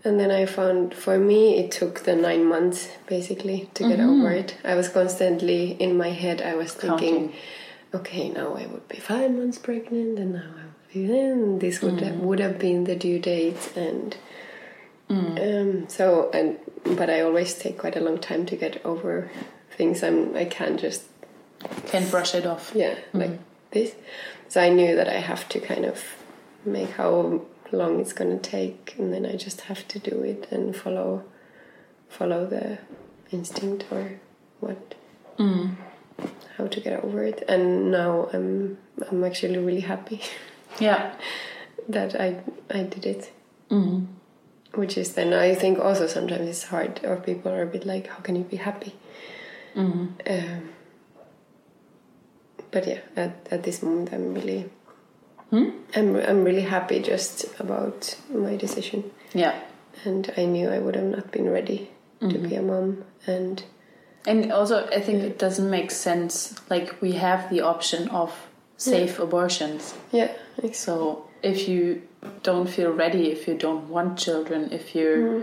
Speaker 2: And then I found for me it took the nine months basically to get over it. I was constantly in my head I was thinking,
Speaker 1: Counting.
Speaker 2: okay, now I would be five months pregnant and now I would be then this would have, would have been the due date and um, so and but I always take quite a long time to get over things. I'm I can't just
Speaker 1: can brush it off
Speaker 2: yeah, like this. So I knew that I have to kind of make how long it's gonna take, and then I just have to do it and follow follow the instinct or what
Speaker 1: Mm.
Speaker 2: how to get over it. And now I'm I'm actually really happy
Speaker 1: yeah Mm-hmm.
Speaker 2: that I I did it. Which is then I think also sometimes it's hard or people are a bit like how can you be happy? Um, but yeah, at, at this moment I'm really I'm I'm really happy just about my decision
Speaker 1: yeah
Speaker 2: and I knew I would have not been ready to be a mom and
Speaker 1: And also, I think it doesn't make sense. Like, we have the option of safe abortions.
Speaker 2: yeah it's- Hmm.
Speaker 1: So, if you don't feel ready, if you don't want children, if you're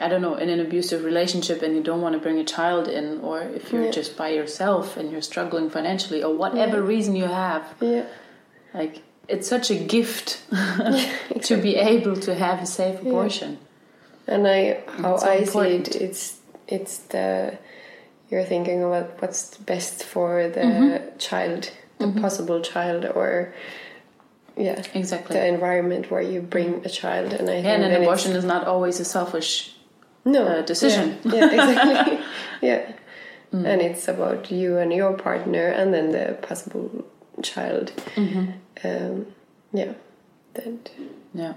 Speaker 1: I don't know, in an abusive relationship and you don't want to bring a child in, or if you're
Speaker 2: Yeah.
Speaker 1: just by yourself and you're struggling financially, or whatever reason you have,
Speaker 2: Yeah.
Speaker 1: like it's such a gift to be able to have a safe abortion.
Speaker 2: And I, how
Speaker 1: It's so
Speaker 2: I
Speaker 1: important.
Speaker 2: see it, it's it's the you're thinking about what's best for the
Speaker 1: Mm-hmm.
Speaker 2: child, the possible child, or yeah,
Speaker 1: Exactly.
Speaker 2: the environment where you bring a child. And I think
Speaker 1: and
Speaker 2: then
Speaker 1: an
Speaker 2: it's-
Speaker 1: abortion is not always a selfish.
Speaker 2: no
Speaker 1: uh, Mm. decision.
Speaker 2: Yeah, yeah, exactly. yeah, and it's about you and your partner, and then the possible child. Um, yeah, that.
Speaker 1: Yeah.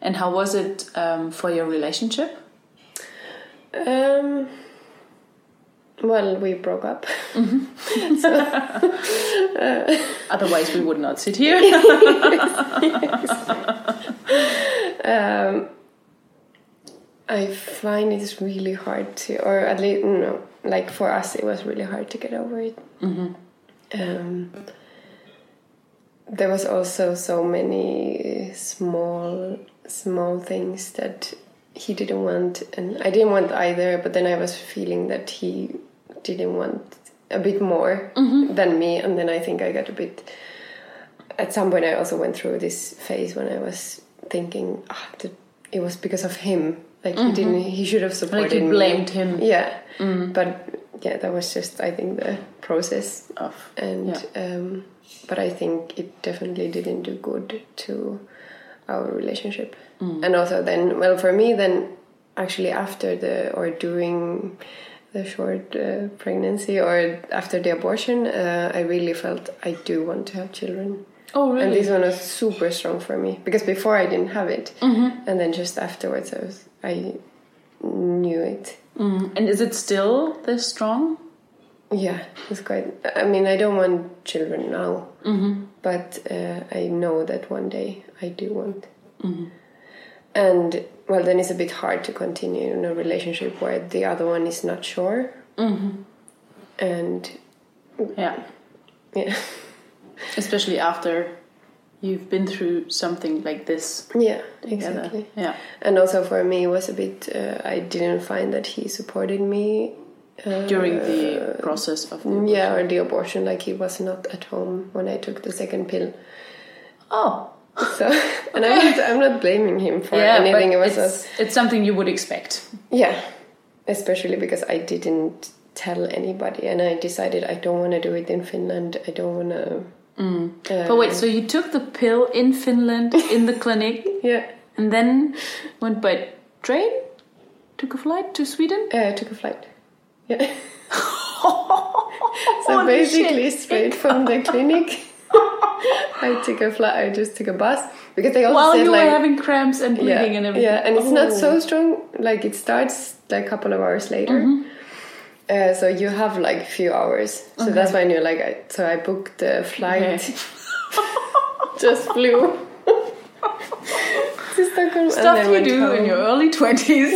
Speaker 1: And how was it um, for your relationship?
Speaker 2: Um, well, we broke up.
Speaker 1: Otherwise, we would not sit here.
Speaker 2: um, I find it's really hard to, or at least, no, like for us, it was really hard to get over it. Um, there was also so many small, small things that he didn't want, and I didn't want either. But then I was feeling that he didn't want a bit more
Speaker 1: Mm-hmm.
Speaker 2: than me, and then I think I got a bit at some point I also went through this phase when I was thinking ah, that it was because of him. Like he didn't, he should have supported
Speaker 1: Mm-hmm. like you
Speaker 2: me.
Speaker 1: blamed him Mm-hmm.
Speaker 2: Yeah, but yeah, that was just I think the process,
Speaker 1: of.
Speaker 2: and um, but I think it definitely didn't do good to our relationship. And also then, well, for me then actually after the or during the short uh, pregnancy or after the abortion, uh, I really felt I do want to have children.
Speaker 1: Oh,
Speaker 2: And this one was super strong for me because before I didn't have it, and then just afterwards I was I knew it.
Speaker 1: Mm. And is it still this strong?
Speaker 2: Yeah, it's quite. I mean, I don't want children now,
Speaker 1: Mm-hmm.
Speaker 2: but uh, I know that one day I do want.
Speaker 1: Mm-hmm.
Speaker 2: And well, then it's a bit hard to continue in a relationship where the other one is not sure,
Speaker 1: Mm-hmm.
Speaker 2: and
Speaker 1: Yeah.
Speaker 2: yeah,
Speaker 1: Especially after you've been through something like this
Speaker 2: yeah,
Speaker 1: together.
Speaker 2: exactly.
Speaker 1: Yeah.
Speaker 2: And also for me, it was a bit. Uh, I didn't find that he supported me uh,
Speaker 1: During the process of the
Speaker 2: yeah or the abortion. Like he was not at home when I took the second pill.
Speaker 1: Oh.
Speaker 2: So and I'm not, I'm not blaming him for
Speaker 1: Yeah,
Speaker 2: anything. It
Speaker 1: but
Speaker 2: was
Speaker 1: it's,
Speaker 2: just-
Speaker 1: it's something you would expect.
Speaker 2: yeah, especially because I didn't tell anybody, and I decided I don't want to do it in Finland. I don't uh, want to.
Speaker 1: Mm. But wait, so you took the pill in Finland in the clinic
Speaker 2: Yeah,
Speaker 1: and then went by train? Took a flight to Sweden?
Speaker 2: uh, I took a flight. Yeah, so
Speaker 1: so
Speaker 2: basically straight from the clinic. I took a flight. I just took a bus because they also
Speaker 1: While
Speaker 2: said
Speaker 1: you
Speaker 2: Oh, like
Speaker 1: were having cramps and bleeding and everything.
Speaker 2: Yeah, and it's
Speaker 1: Oh.
Speaker 2: not so strong. Like it starts like a couple of hours later.
Speaker 1: Mm-hmm.
Speaker 2: Uh, so you have like a few hours. So that's why I knew like I, so I booked the
Speaker 1: Oh.
Speaker 2: flight.
Speaker 1: Okay.
Speaker 2: Just flew to Stockholm. and
Speaker 1: Stuff
Speaker 2: then
Speaker 1: you
Speaker 2: went
Speaker 1: do in
Speaker 2: home.
Speaker 1: your early 20s.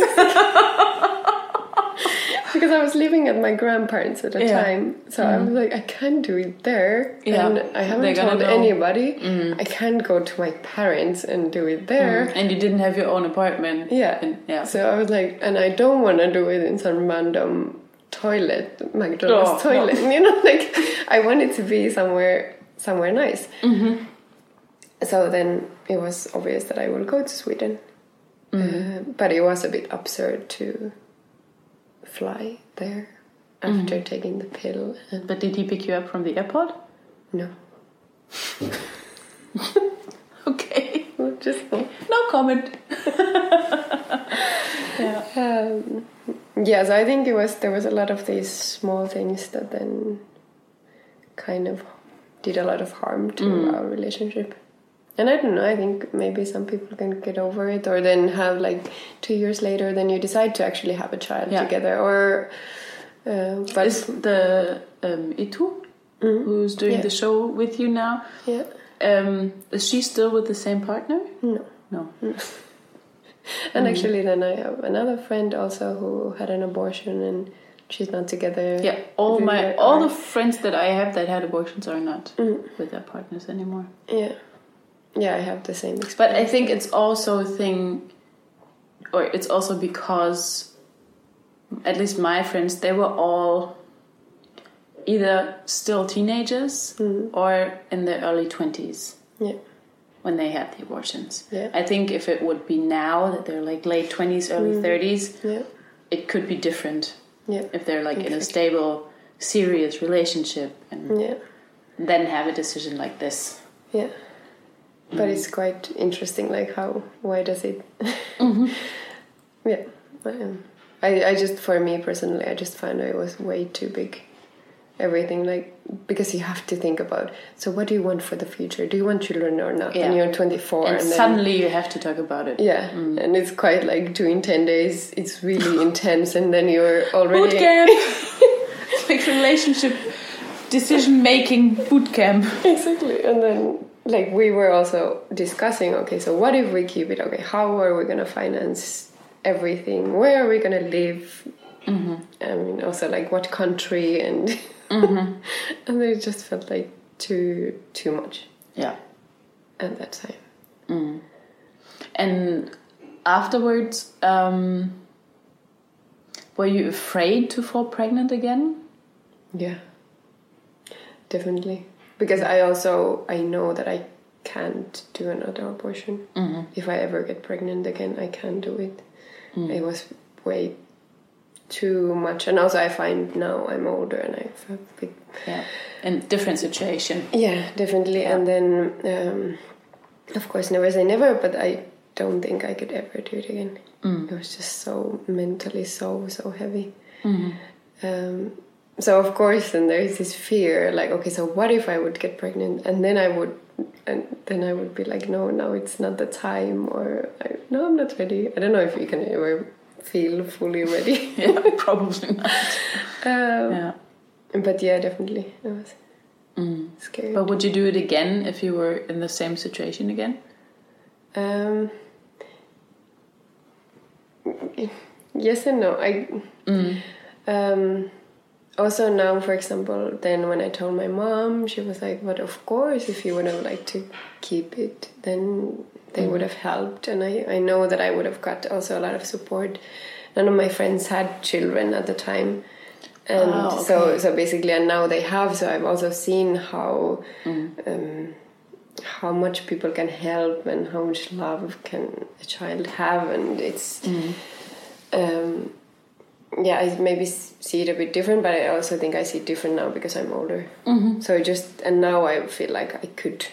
Speaker 2: because I was living at my grandparents at the
Speaker 1: Yeah. Mm-hmm.
Speaker 2: time. So I was like, I can't do it there,
Speaker 1: Yeah.
Speaker 2: and I
Speaker 1: They're
Speaker 2: haven't
Speaker 1: gonna
Speaker 2: told
Speaker 1: know. Mm-hmm.
Speaker 2: anybody. I can't go to my parents and do it there.
Speaker 1: and you didn't have your own apartment.
Speaker 2: Yeah.
Speaker 1: And, yeah.
Speaker 2: So I was like, and I don't want to do it in some random toilet, McDonald's
Speaker 1: No, no.
Speaker 2: toilet. You know, like I wanted to be somewhere, somewhere nice. So then it was obvious that I will go to Sweden, Uh, but it was a bit absurd to fly there after taking the pill. And
Speaker 1: But did he pick you up from the airport?
Speaker 2: no,
Speaker 1: Okay.
Speaker 2: just no.
Speaker 1: No comment.
Speaker 2: Um, yeah, so I think it was there was a lot of these small things that then kind of did a lot of harm to
Speaker 1: Mm.
Speaker 2: our relationship. And I don't know, I think maybe some people can get over it or then have like two years later then you decide to actually have a child
Speaker 1: Yeah.
Speaker 2: together or uh, but
Speaker 1: Is the um, Itu, who's doing
Speaker 2: Mm-hmm. Yeah.
Speaker 1: the show with you now,
Speaker 2: yeah.
Speaker 1: um, is she still with the same partner?
Speaker 2: No.
Speaker 1: No.
Speaker 2: And
Speaker 1: Mm.
Speaker 2: actually then I have another friend also who had an abortion and she's not together.
Speaker 1: Yeah, all
Speaker 2: They
Speaker 1: my
Speaker 2: are-
Speaker 1: all the friends that I have that had abortions are not with their partners anymore.
Speaker 2: Yeah. Yeah, I have the same experience.
Speaker 1: But I think it's also a thing, or it's also because at least my friends, they were all either still teenagers or in their early 20s
Speaker 2: Yeah.
Speaker 1: when they had the abortions.
Speaker 2: Yeah.
Speaker 1: I think if it would be now that they're like late 20s, early 30s,
Speaker 2: Yeah.
Speaker 1: it could be different
Speaker 2: Yeah.
Speaker 1: if they're like in a stable, serious relationship and
Speaker 2: Yeah.
Speaker 1: then have a decision like this.
Speaker 2: Yeah. But it's quite interesting, like how why does it?
Speaker 1: Mm-hmm.
Speaker 2: yeah, um, I I just for me personally, I just found it was way too big. Everything like because you have to think about. So what do you want for the future? Do you want children or not?
Speaker 1: Yeah.
Speaker 2: And you're
Speaker 1: And,
Speaker 2: 24, and, then,
Speaker 1: suddenly Mm. you have to talk about it.
Speaker 2: yeah, and it's quite like doing 10 days. It's really intense, and then you're already
Speaker 1: like relationship decision making boot camp.
Speaker 2: Exactly. And then, like, we were also discussing okay, so what if we keep it? Okay, how are we going to finance everything? Where are we going to live? I mean, also, like, what country? And, and it just felt like too, too much
Speaker 1: Yeah.
Speaker 2: at that time.
Speaker 1: And afterwards, um, were you afraid to fall pregnant again?
Speaker 2: Yeah. Definitely. Because I also, I know that I can't do another abortion. If I ever get pregnant again, I can't do it. It was way too much. And also I find now I'm older and I have a bit
Speaker 1: Yeah. In different situation.
Speaker 2: yeah, definitely. And then, um, of course, never say never, but I don't think I could ever do it again. It was just so mentally so, so heavy. Um, so, of course, then there's this fear like, okay, so what if I would get pregnant? And then I would. And then I would be like, no, now it's not the time, or I, no, I'm not ready. I don't know if you can ever feel fully ready.
Speaker 1: Yeah, probably not.
Speaker 2: Um,
Speaker 1: Yeah.
Speaker 2: But yeah, definitely, it was scary.
Speaker 1: But would you do it again if you were in the same situation again?
Speaker 2: Um, yes and no. I
Speaker 1: Mm.
Speaker 2: um, also now, for example, then when I told my mom, she was like, "But of course, if you would have liked to keep it, then they would have helped." And I, I know that I would have got also a lot of support. None of my friends had children at the time. And
Speaker 1: Ah, okay.
Speaker 2: so, so basically, and now they have. So I've also seen how um, how much people can help and how much love can a child have and it's um, yeah i maybe s- see it a bit different but i also think i see it different now because i'm older so it just and now i feel like i could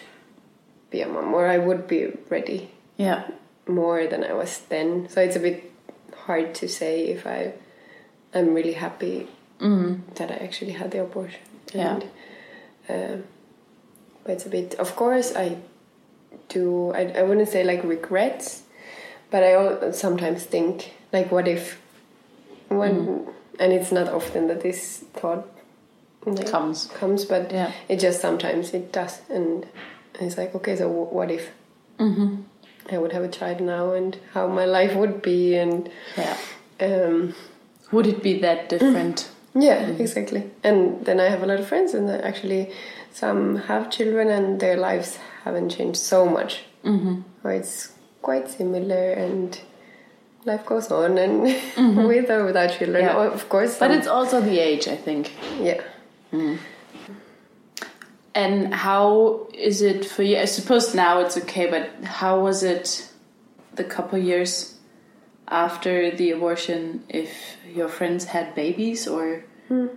Speaker 2: be a mom or i would be ready
Speaker 1: Yeah.
Speaker 2: more than i was then so it's a bit hard to say if i i'm really happy that i actually had the abortion
Speaker 1: Yeah.
Speaker 2: And, um, but it's a bit of course i do i, I wouldn't say like regrets but i al- sometimes think like what if when and it's not often that this thought like,
Speaker 1: Comes.
Speaker 2: comes but
Speaker 1: Yeah.
Speaker 2: it just sometimes it does and it's like okay so w- what if
Speaker 1: Mm-hmm.
Speaker 2: i would have a child now and how my life would be and
Speaker 1: Yeah.
Speaker 2: um,
Speaker 1: Would it be that different?
Speaker 2: yeah,
Speaker 1: Mm-hmm.
Speaker 2: exactly. And then I have a lot of friends, and that actually, some have children, and their lives haven't changed so much. Mm-hmm. Or it's quite similar, and life goes on, and with or without children,
Speaker 1: Mm-hmm. Yeah.
Speaker 2: or of course.
Speaker 1: But
Speaker 2: some-
Speaker 1: it's also the age, I think.
Speaker 2: yeah,
Speaker 1: And how is it for you? I suppose now it's okay, but how was it the couple years after the abortion if your friends had babies or
Speaker 2: Hmm.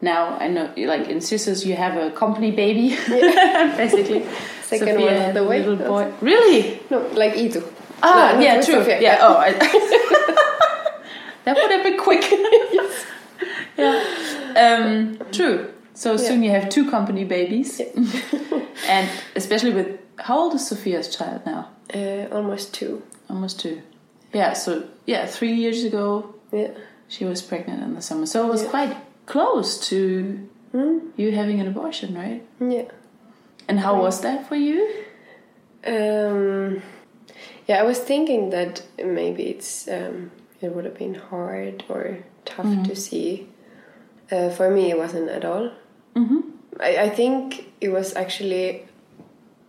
Speaker 1: now I know like in sisters you have a company baby basically.
Speaker 2: Second
Speaker 1: Sophia
Speaker 2: one on
Speaker 1: had
Speaker 2: the
Speaker 1: a
Speaker 2: way.
Speaker 1: Little boy. Really?
Speaker 2: no, like Itu.
Speaker 1: Ah,
Speaker 2: No, no,
Speaker 1: yeah,
Speaker 2: with
Speaker 1: true.
Speaker 2: Sophia,
Speaker 1: Yeah. Oh, I, that would have been quick. yeah. Um, true. So soon you have two company babies, and especially with how old is Sophia's child now?
Speaker 2: Uh, almost two.
Speaker 1: Almost two. Yeah. So yeah, three years ago
Speaker 2: Yeah,
Speaker 1: she was pregnant in the summer, so it was quite close to
Speaker 2: Hmm?
Speaker 1: you having an abortion, right?
Speaker 2: yeah.
Speaker 1: And how was that for you?
Speaker 2: Um, yeah, I was thinking that maybe it's um, it would have been hard or tough to see. Uh, for me, it wasn't at all. Mm-hmm. I, I think it was actually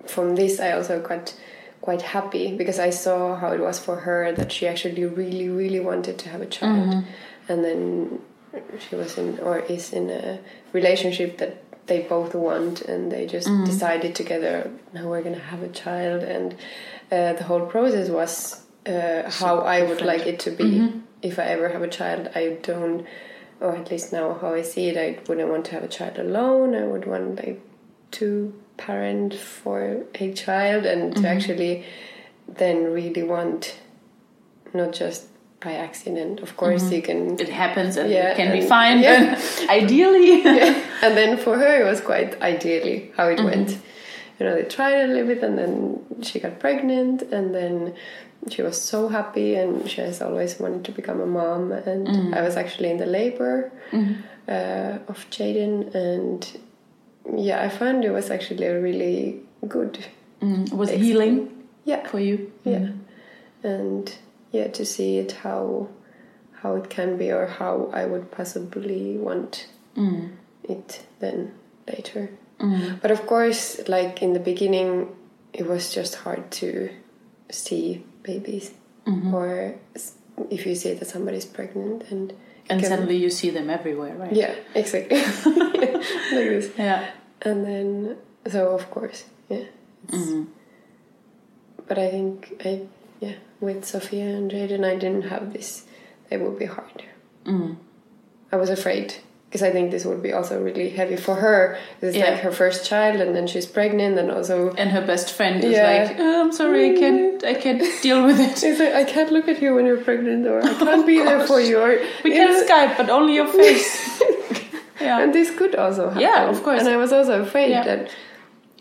Speaker 2: from this I also got quite happy because I saw how it was for her that she actually really, really wanted to have a child, and then she was in or is in a relationship that they both want, and they just decided together now we're gonna have a child, and uh, the whole process was uh, how I would like it to be if I ever have a child. I don't, or at least now how I see it, I wouldn't want to have a child alone. I would want like to parent for a child and to actually then really want not just by accident of course you can
Speaker 1: It happens and
Speaker 2: Yeah,
Speaker 1: it can be
Speaker 2: and-
Speaker 1: fine.
Speaker 2: yeah.
Speaker 1: but ideally,
Speaker 2: and then for her it was quite ideally how it went you know they tried a little bit and then she got pregnant and then she was so happy and she has always wanted to become a mom and i was actually in the labor uh, of jaden and yeah i found it was actually a really good
Speaker 1: Mm, was healing
Speaker 2: yeah
Speaker 1: for you.
Speaker 2: yeah and yeah to see it how how it can be or how i would possibly want
Speaker 1: Mm.
Speaker 2: it then later but of course like in the beginning it was just hard to see babies
Speaker 1: Mm-hmm.
Speaker 2: or s- if you see that somebody's pregnant and it
Speaker 1: And
Speaker 2: can-
Speaker 1: suddenly you see them everywhere, right?
Speaker 2: yeah exactly like this
Speaker 1: Yeah.
Speaker 2: and then so of course yeah it's,
Speaker 1: Mm.
Speaker 2: but i think i yeah with sophia and jaden i didn't have this it would be hard
Speaker 1: Mm.
Speaker 2: i was afraid because i think this would be also really heavy for her 'Cause it's
Speaker 1: Yeah.
Speaker 2: like her first child and then she's pregnant and also
Speaker 1: And her best friend is
Speaker 2: Yeah. Mm.
Speaker 1: like, "Oh, "I'm sorry, I can't, I can't deal with it.
Speaker 2: it's like i can't look at you when you're pregnant or i can't be there for you or
Speaker 1: We
Speaker 2: you
Speaker 1: can
Speaker 2: know,
Speaker 1: Skype, but only your face." yeah.
Speaker 2: and this could also happen
Speaker 1: Yeah, of course.
Speaker 2: and i was also afraid
Speaker 1: Yeah.
Speaker 2: that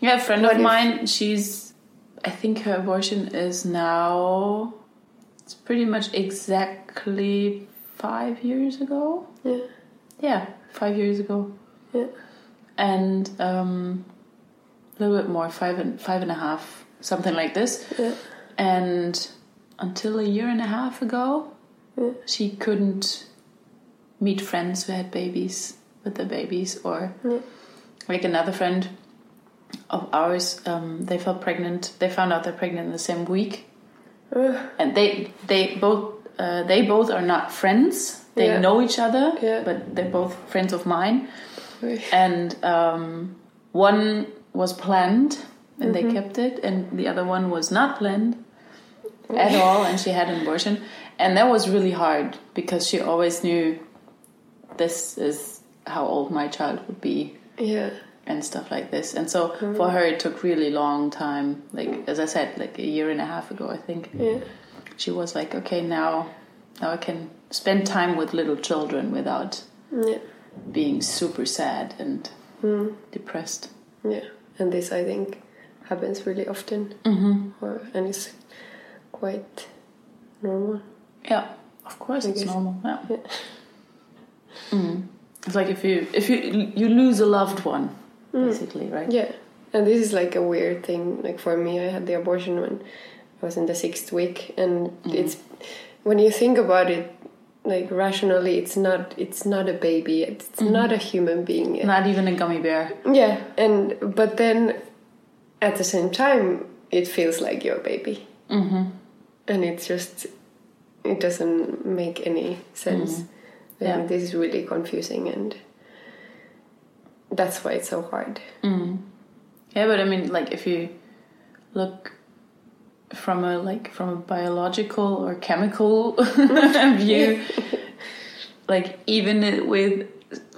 Speaker 1: Yeah, a friend
Speaker 2: What
Speaker 1: of
Speaker 2: if-
Speaker 1: mine, she's I think her abortion is now it's pretty much exactly five years ago.
Speaker 2: yeah
Speaker 1: Yeah, five years ago.
Speaker 2: yeah
Speaker 1: And um a little bit more, five and five and a half, something like this.
Speaker 2: yeah
Speaker 1: And until a year and a half ago
Speaker 2: Yeah.
Speaker 1: she couldn't meet friends who had babies with their babies or
Speaker 2: yeah
Speaker 1: like another friend of ours um, they felt pregnant they found out they're pregnant the same week
Speaker 2: Ugh,
Speaker 1: and they they both uh, they both are not friends they
Speaker 2: Yeah.
Speaker 1: know each other
Speaker 2: Yeah.
Speaker 1: but they're both friends of mine
Speaker 2: Ugh.
Speaker 1: and um, one was planned and they kept it and the other one was not planned at all and she had an abortion and that was really hard because she always knew this is how old my child would be
Speaker 2: yeah
Speaker 1: and stuff like this. And so for her, it took really long time. Like as I said, like a year and a half ago, I think
Speaker 2: yeah
Speaker 1: she was like, okay, now, now I can spend time with little children without
Speaker 2: yeah
Speaker 1: being super sad and depressed.
Speaker 2: Yeah, and this I think happens really often,
Speaker 1: Mm-hmm.
Speaker 2: or, and it's quite normal.
Speaker 1: Yeah, of course,
Speaker 2: I
Speaker 1: it's
Speaker 2: guess.
Speaker 1: normal. Yeah.
Speaker 2: Yeah.
Speaker 1: Mm. It's like if you if you you lose a loved one,
Speaker 2: Mm.
Speaker 1: basically, right?
Speaker 2: Yeah, and this is like a weird thing. Like for me, I had the abortion when I was in the sixth week, and it's when you think about it, like rationally, it's not it's not a baby, it's not a human being,
Speaker 1: Not even a gummy bear.
Speaker 2: Yeah, and but then at the same time, it feels like your baby, mm-hmm. and it just it doesn't make any sense. I
Speaker 1: Yeah.
Speaker 2: think this is really confusing, and that's why it's so hard. Mm.
Speaker 1: Yeah, but I mean, like if you look from a like from a biological or chemical view, like even it- with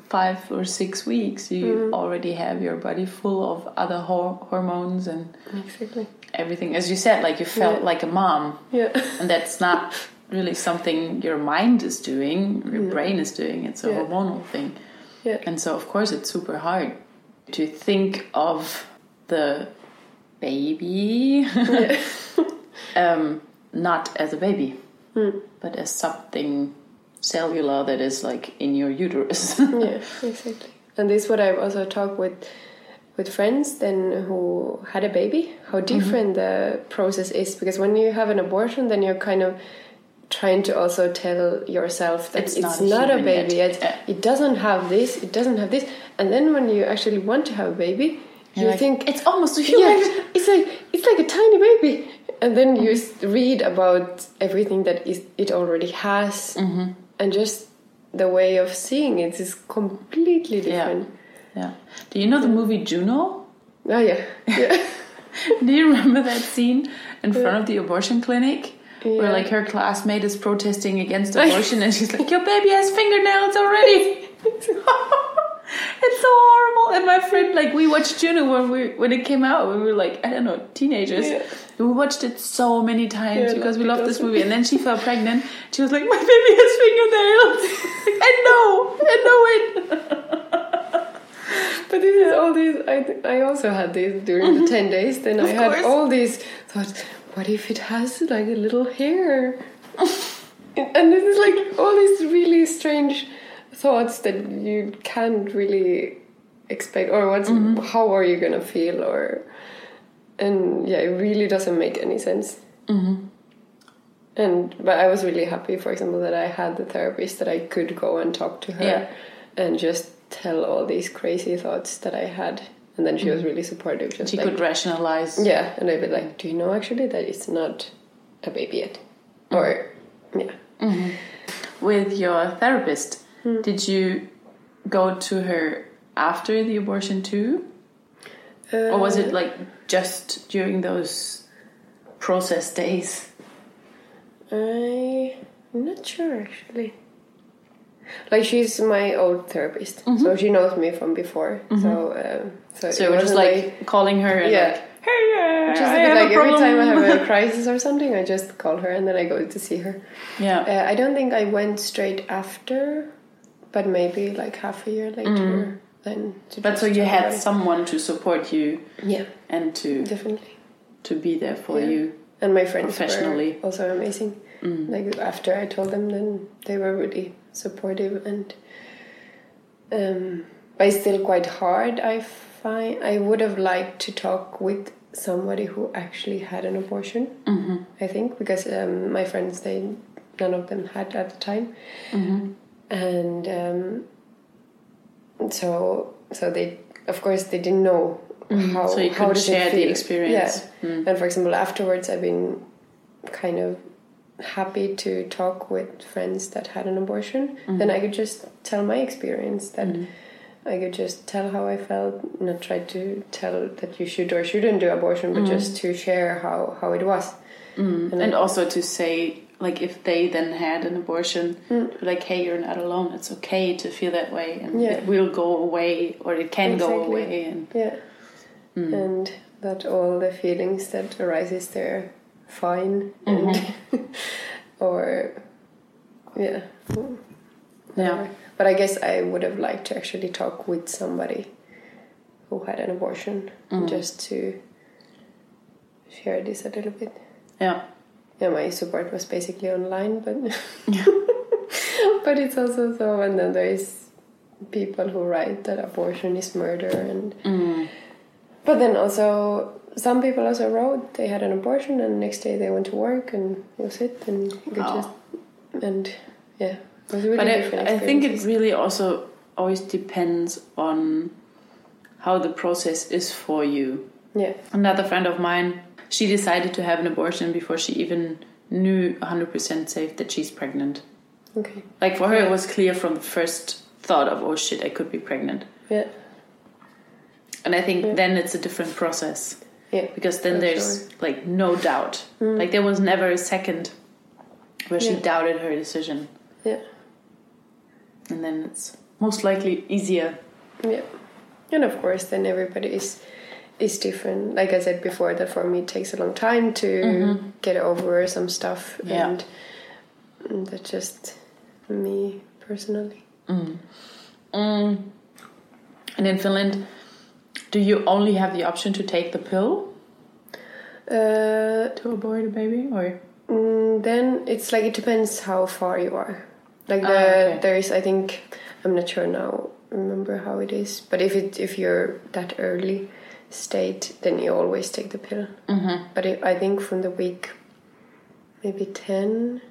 Speaker 1: five or six weeks, you
Speaker 2: Mm.
Speaker 1: already have your body full of other hor- hormones and
Speaker 2: Exactly.
Speaker 1: everything. As you said, like you felt
Speaker 2: Yeah.
Speaker 1: like a mom,
Speaker 2: Yeah.
Speaker 1: and that's not really something your mind is doing, your brain is doing. It's a
Speaker 2: Yeah.
Speaker 1: hormonal thing.
Speaker 2: Yeah.
Speaker 1: And so, of course, it's super hard to think of the baby um, not as a baby,
Speaker 2: Hmm.
Speaker 1: but as something cellular that is like in your uterus.
Speaker 2: yeah, exactly. And this is what I've also talked with with friends then who had a baby, how
Speaker 1: Mm-hmm.
Speaker 2: different the process is because when you have an abortion then you're kind of trying to also tell yourself that
Speaker 1: It's
Speaker 2: it's,
Speaker 1: not
Speaker 2: not,
Speaker 1: a
Speaker 2: a,
Speaker 1: human
Speaker 2: baby
Speaker 1: yet.
Speaker 2: yet.
Speaker 1: Yeah.
Speaker 2: It doesn't have this, it doesn't have this. And then when you actually want to have a baby, you
Speaker 1: like,
Speaker 2: think
Speaker 1: it's almost a human.
Speaker 2: yeah, it's like it's like a tiny baby, and then you s- read about everything that is, it already has, and just the way of seeing it is completely
Speaker 1: Yeah.
Speaker 2: different.
Speaker 1: yeah. Do you know the movie Juno?
Speaker 2: Oh yeah, yeah.
Speaker 1: Do you remember that scene in front of the abortion clinic? Where
Speaker 2: Yeah.
Speaker 1: like her classmate is protesting against abortion and she's like, Your baby has fingernails already. it's so horrible. And my friend, like, we watched Juno when we when it came out. We were like, I don't know, teenagers.
Speaker 2: Yeah.
Speaker 1: We watched it so many times
Speaker 2: Yeah,
Speaker 1: because we
Speaker 2: like,
Speaker 1: loved this
Speaker 2: because-
Speaker 1: movie. And then she fell pregnant. She was like, My baby has fingernails. I know, I know it.
Speaker 2: But this is all these. I, I also had this during the ten days. Then I had
Speaker 1: course.
Speaker 2: all these thoughts. What if it has like a little hair? and this is like all these really strange thoughts that you can't really expect. Or what's how are you gonna feel? Or and yeah, it really doesn't make any sense. And but I was really happy, for example, that I had the therapist that I could go and talk to her
Speaker 1: Yeah.
Speaker 2: and just tell all these crazy thoughts that I had. And then she was really supportive. Just
Speaker 1: Mm-hmm. She
Speaker 2: like,
Speaker 1: could rationalize.
Speaker 2: yeah, and I'd be like, "Do you know actually that it's not a baby yet?"
Speaker 1: Mm.
Speaker 2: Or yeah,
Speaker 1: with your therapist,
Speaker 2: Hmm.
Speaker 1: did you go to her after the abortion too? or was it like just during those process days?
Speaker 2: I Uh, I'm not sure actually. Like she's my old therapist, so she knows me from before. So um, so,
Speaker 1: Mm-hmm. So
Speaker 2: it
Speaker 1: you were just
Speaker 2: wasn't
Speaker 1: like calling her and
Speaker 2: Yeah.
Speaker 1: like, hey, uh,
Speaker 2: just
Speaker 1: I
Speaker 2: a bit
Speaker 1: have
Speaker 2: like
Speaker 1: a
Speaker 2: every
Speaker 1: problem.
Speaker 2: time I have a crisis or something, I just call her and then I go to see her.
Speaker 1: yeah.
Speaker 2: Uh, I don't think I went straight after, but maybe like half a year later. Then to
Speaker 1: Mm. But
Speaker 2: just
Speaker 1: so you
Speaker 2: talk
Speaker 1: had
Speaker 2: about it.
Speaker 1: someone to support you
Speaker 2: yeah,
Speaker 1: and to
Speaker 2: definitely.
Speaker 1: to be there for
Speaker 2: Yeah.
Speaker 1: you.
Speaker 2: And my friends
Speaker 1: Professionally. Mm.
Speaker 2: were also amazing. Like after I told them, then they were really supportive and. Um, but it's still quite hard. I find I would have liked to talk with somebody who actually had an abortion. Mm-hmm. I think because um, my friends, they none of them had at the time, mm-hmm. and um, so so they of course they didn't know how
Speaker 1: Mm-hmm. So you
Speaker 2: how
Speaker 1: couldn't
Speaker 2: does it
Speaker 1: share the
Speaker 2: feel.
Speaker 1: experience. Mm.
Speaker 2: Yeah. And for example, afterwards, I've been kind of happy to talk with friends that had an abortion,
Speaker 1: Mm-hmm.
Speaker 2: then I could just tell my experience that I could just tell how I felt, not try to tell that you should or shouldn't do abortion,
Speaker 1: Mm-hmm.
Speaker 2: but just to share how, how it was. And
Speaker 1: And also to say, like, if they then had an abortion, to be like, hey, you're not alone. It's okay to feel that way, and
Speaker 2: Mm. Yeah.
Speaker 1: it will go away, or it can go
Speaker 2: Exactly.
Speaker 1: away. And
Speaker 2: Yeah. And that all the feelings that arises there fine and or yeah.
Speaker 1: yeah,
Speaker 2: But I guess I would have liked to actually talk with somebody who had an abortion just to share this a little bit.
Speaker 1: yeah,
Speaker 2: Yeah, my support was basically online, but but it's also so. And then there is people who write that abortion is murder, and
Speaker 1: Mm.
Speaker 2: but then also some people also wrote they had an abortion, and next day they went to work, and it was it, and you could
Speaker 1: Wow.
Speaker 2: just and yeah, it was a really
Speaker 1: Oh. But
Speaker 2: different
Speaker 1: I, I think it
Speaker 2: experience.
Speaker 1: really also always depends on how the process is for you.
Speaker 2: yeah,
Speaker 1: Another friend of mine, she decided to have an abortion before she even knew 100% safe that she's pregnant.
Speaker 2: okay,
Speaker 1: Like for her, it was clear from the first thought of, oh shit, I could be pregnant.
Speaker 2: yeah,
Speaker 1: And I think then it's a different process
Speaker 2: yeah,
Speaker 1: because then
Speaker 2: For
Speaker 1: there's like no doubt. Like there was never a second where she
Speaker 2: Yeah.
Speaker 1: doubted her decision.
Speaker 2: yeah,
Speaker 1: And then it's most likely easier.
Speaker 2: yeah, and of course then everybody is is different. Like I said before, that for me it takes a long time to get over some stuff,
Speaker 1: Mm-hmm. Yeah.
Speaker 2: and, and that's just me personally.
Speaker 1: Mm. And in Finland, do you only have the option to take the pill
Speaker 2: Uh,
Speaker 1: to abort a baby or
Speaker 2: Mm, then it's like it depends how far you are. Like the,
Speaker 1: Ah, okay.
Speaker 2: there is, I think, I'm not sure now. Remember how it is, but if it if you're that early state, then you always take the pill. Mm-hmm. But if, I think from the week, maybe ten,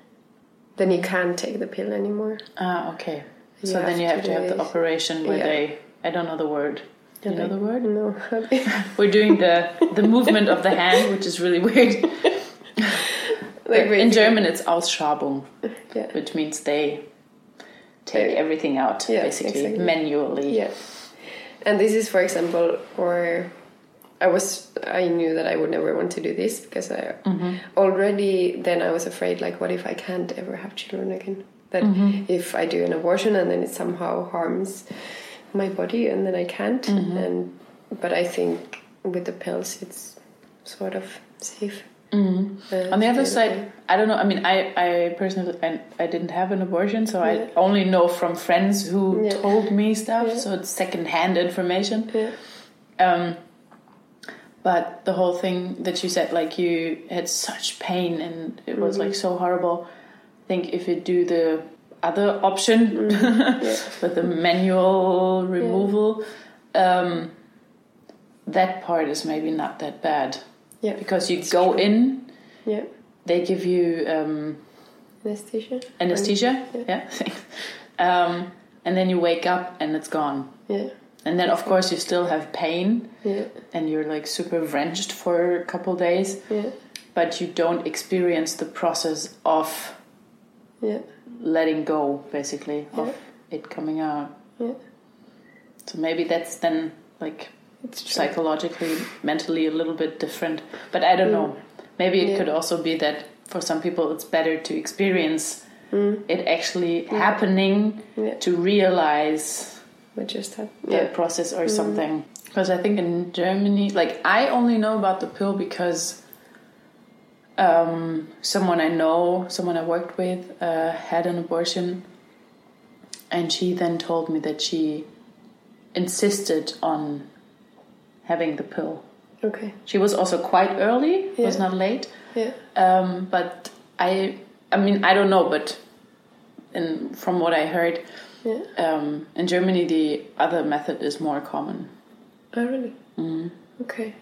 Speaker 2: then you can't take the pill anymore.
Speaker 1: ah okay.
Speaker 2: You
Speaker 1: so then
Speaker 2: have
Speaker 1: you
Speaker 2: to
Speaker 1: have to have the
Speaker 2: do-
Speaker 1: operation where
Speaker 2: yeah.
Speaker 1: they I don't know the word. You know the word?
Speaker 2: No.
Speaker 1: We're doing the the movement of the hand, which is really weird.
Speaker 2: like
Speaker 1: In
Speaker 2: basically-
Speaker 1: German, it's Ausschabung,
Speaker 2: Yeah.
Speaker 1: which means they take
Speaker 2: They-
Speaker 1: everything out
Speaker 2: Yeah,
Speaker 1: basically
Speaker 2: exactly.
Speaker 1: manually.
Speaker 2: Yeah. And this is, for example, where I was, I knew that I would never want to do this because I
Speaker 1: Mm-hmm.
Speaker 2: already then I was afraid, like, what if I can't ever have children again? That
Speaker 1: Mm-hmm.
Speaker 2: if I do an abortion and then it somehow harms my body and then I can't.
Speaker 1: Mm-hmm.
Speaker 2: And but I think with the pills, it's sort of safe. Uh,
Speaker 1: Mm. On the other
Speaker 2: so-
Speaker 1: side, I don't know. I mean, I, I personally, I, I didn't have an abortion, so I only know from friends who
Speaker 2: Yeah.
Speaker 1: told me stuff.
Speaker 2: Yeah.
Speaker 1: So it's secondhand information.
Speaker 2: yeah,
Speaker 1: Um, but the whole thing that you said, like you had such pain and it was like so horrible. I think if you do the other option with the manual removal, um, that part is maybe not that bad
Speaker 2: yeah,
Speaker 1: because you go in,
Speaker 2: yeah.
Speaker 1: they give you um,
Speaker 2: Anesthesia.
Speaker 1: anesthesia, yeah, um, and then you wake up and it's gone.
Speaker 2: Yeah,
Speaker 1: And then of course you still have pain
Speaker 2: yeah,
Speaker 1: and you're like super wrenched for a couple days,
Speaker 2: yeah,
Speaker 1: but you don't experience the process of
Speaker 2: yeah.
Speaker 1: letting go, basically,
Speaker 2: Yeah.
Speaker 1: of it coming out.
Speaker 2: Yeah.
Speaker 1: So maybe that's then like
Speaker 2: It's true.
Speaker 1: psychologically, mentally a little bit different. But I don't know. Maybe it
Speaker 2: Mm. Yeah.
Speaker 1: could also be that for some people it's better to experience it actually happening
Speaker 2: Mm. Yeah.
Speaker 1: to realize
Speaker 2: What just happened?
Speaker 1: that process or something. Because I think in Germany, like I only know about the pill because um, someone I know, someone I worked with, uh, had an abortion, and she then told me that she insisted on having the pill.
Speaker 2: Okay.
Speaker 1: She was also quite early; was
Speaker 2: Yeah.
Speaker 1: not late.
Speaker 2: Yeah.
Speaker 1: Um, but I, I mean, I don't know, but in, from what I heard,
Speaker 2: Yeah.
Speaker 1: um, in Germany, the other method is more common.
Speaker 2: Oh, really? Mm. Okay.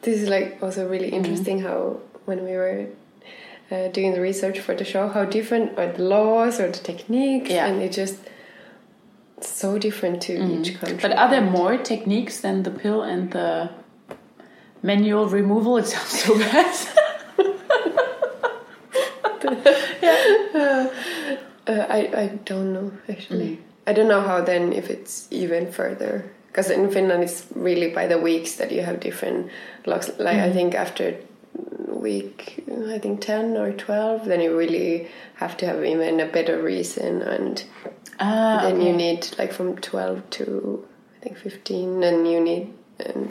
Speaker 2: This is like also really
Speaker 1: Mm.
Speaker 2: interesting how when we were uh, doing the research for the show, how different are the laws or the techniques,
Speaker 1: Yeah. Mm.
Speaker 2: and it's just so different to each country.
Speaker 1: But are there more techniques than the pill and the manual removal? It sounds so bad.
Speaker 2: Uh, I I don't know
Speaker 1: Mm.
Speaker 2: actually. I don't know how then if it's even further because in Finland it's really by the weeks that you have different locks. Like
Speaker 1: Mm.
Speaker 2: I think after week I think ten or twelve, then you really have to have even a better reason, and
Speaker 1: Ah,
Speaker 2: then
Speaker 1: okay.
Speaker 2: you need like from twelve to I think fifteen, and you need um,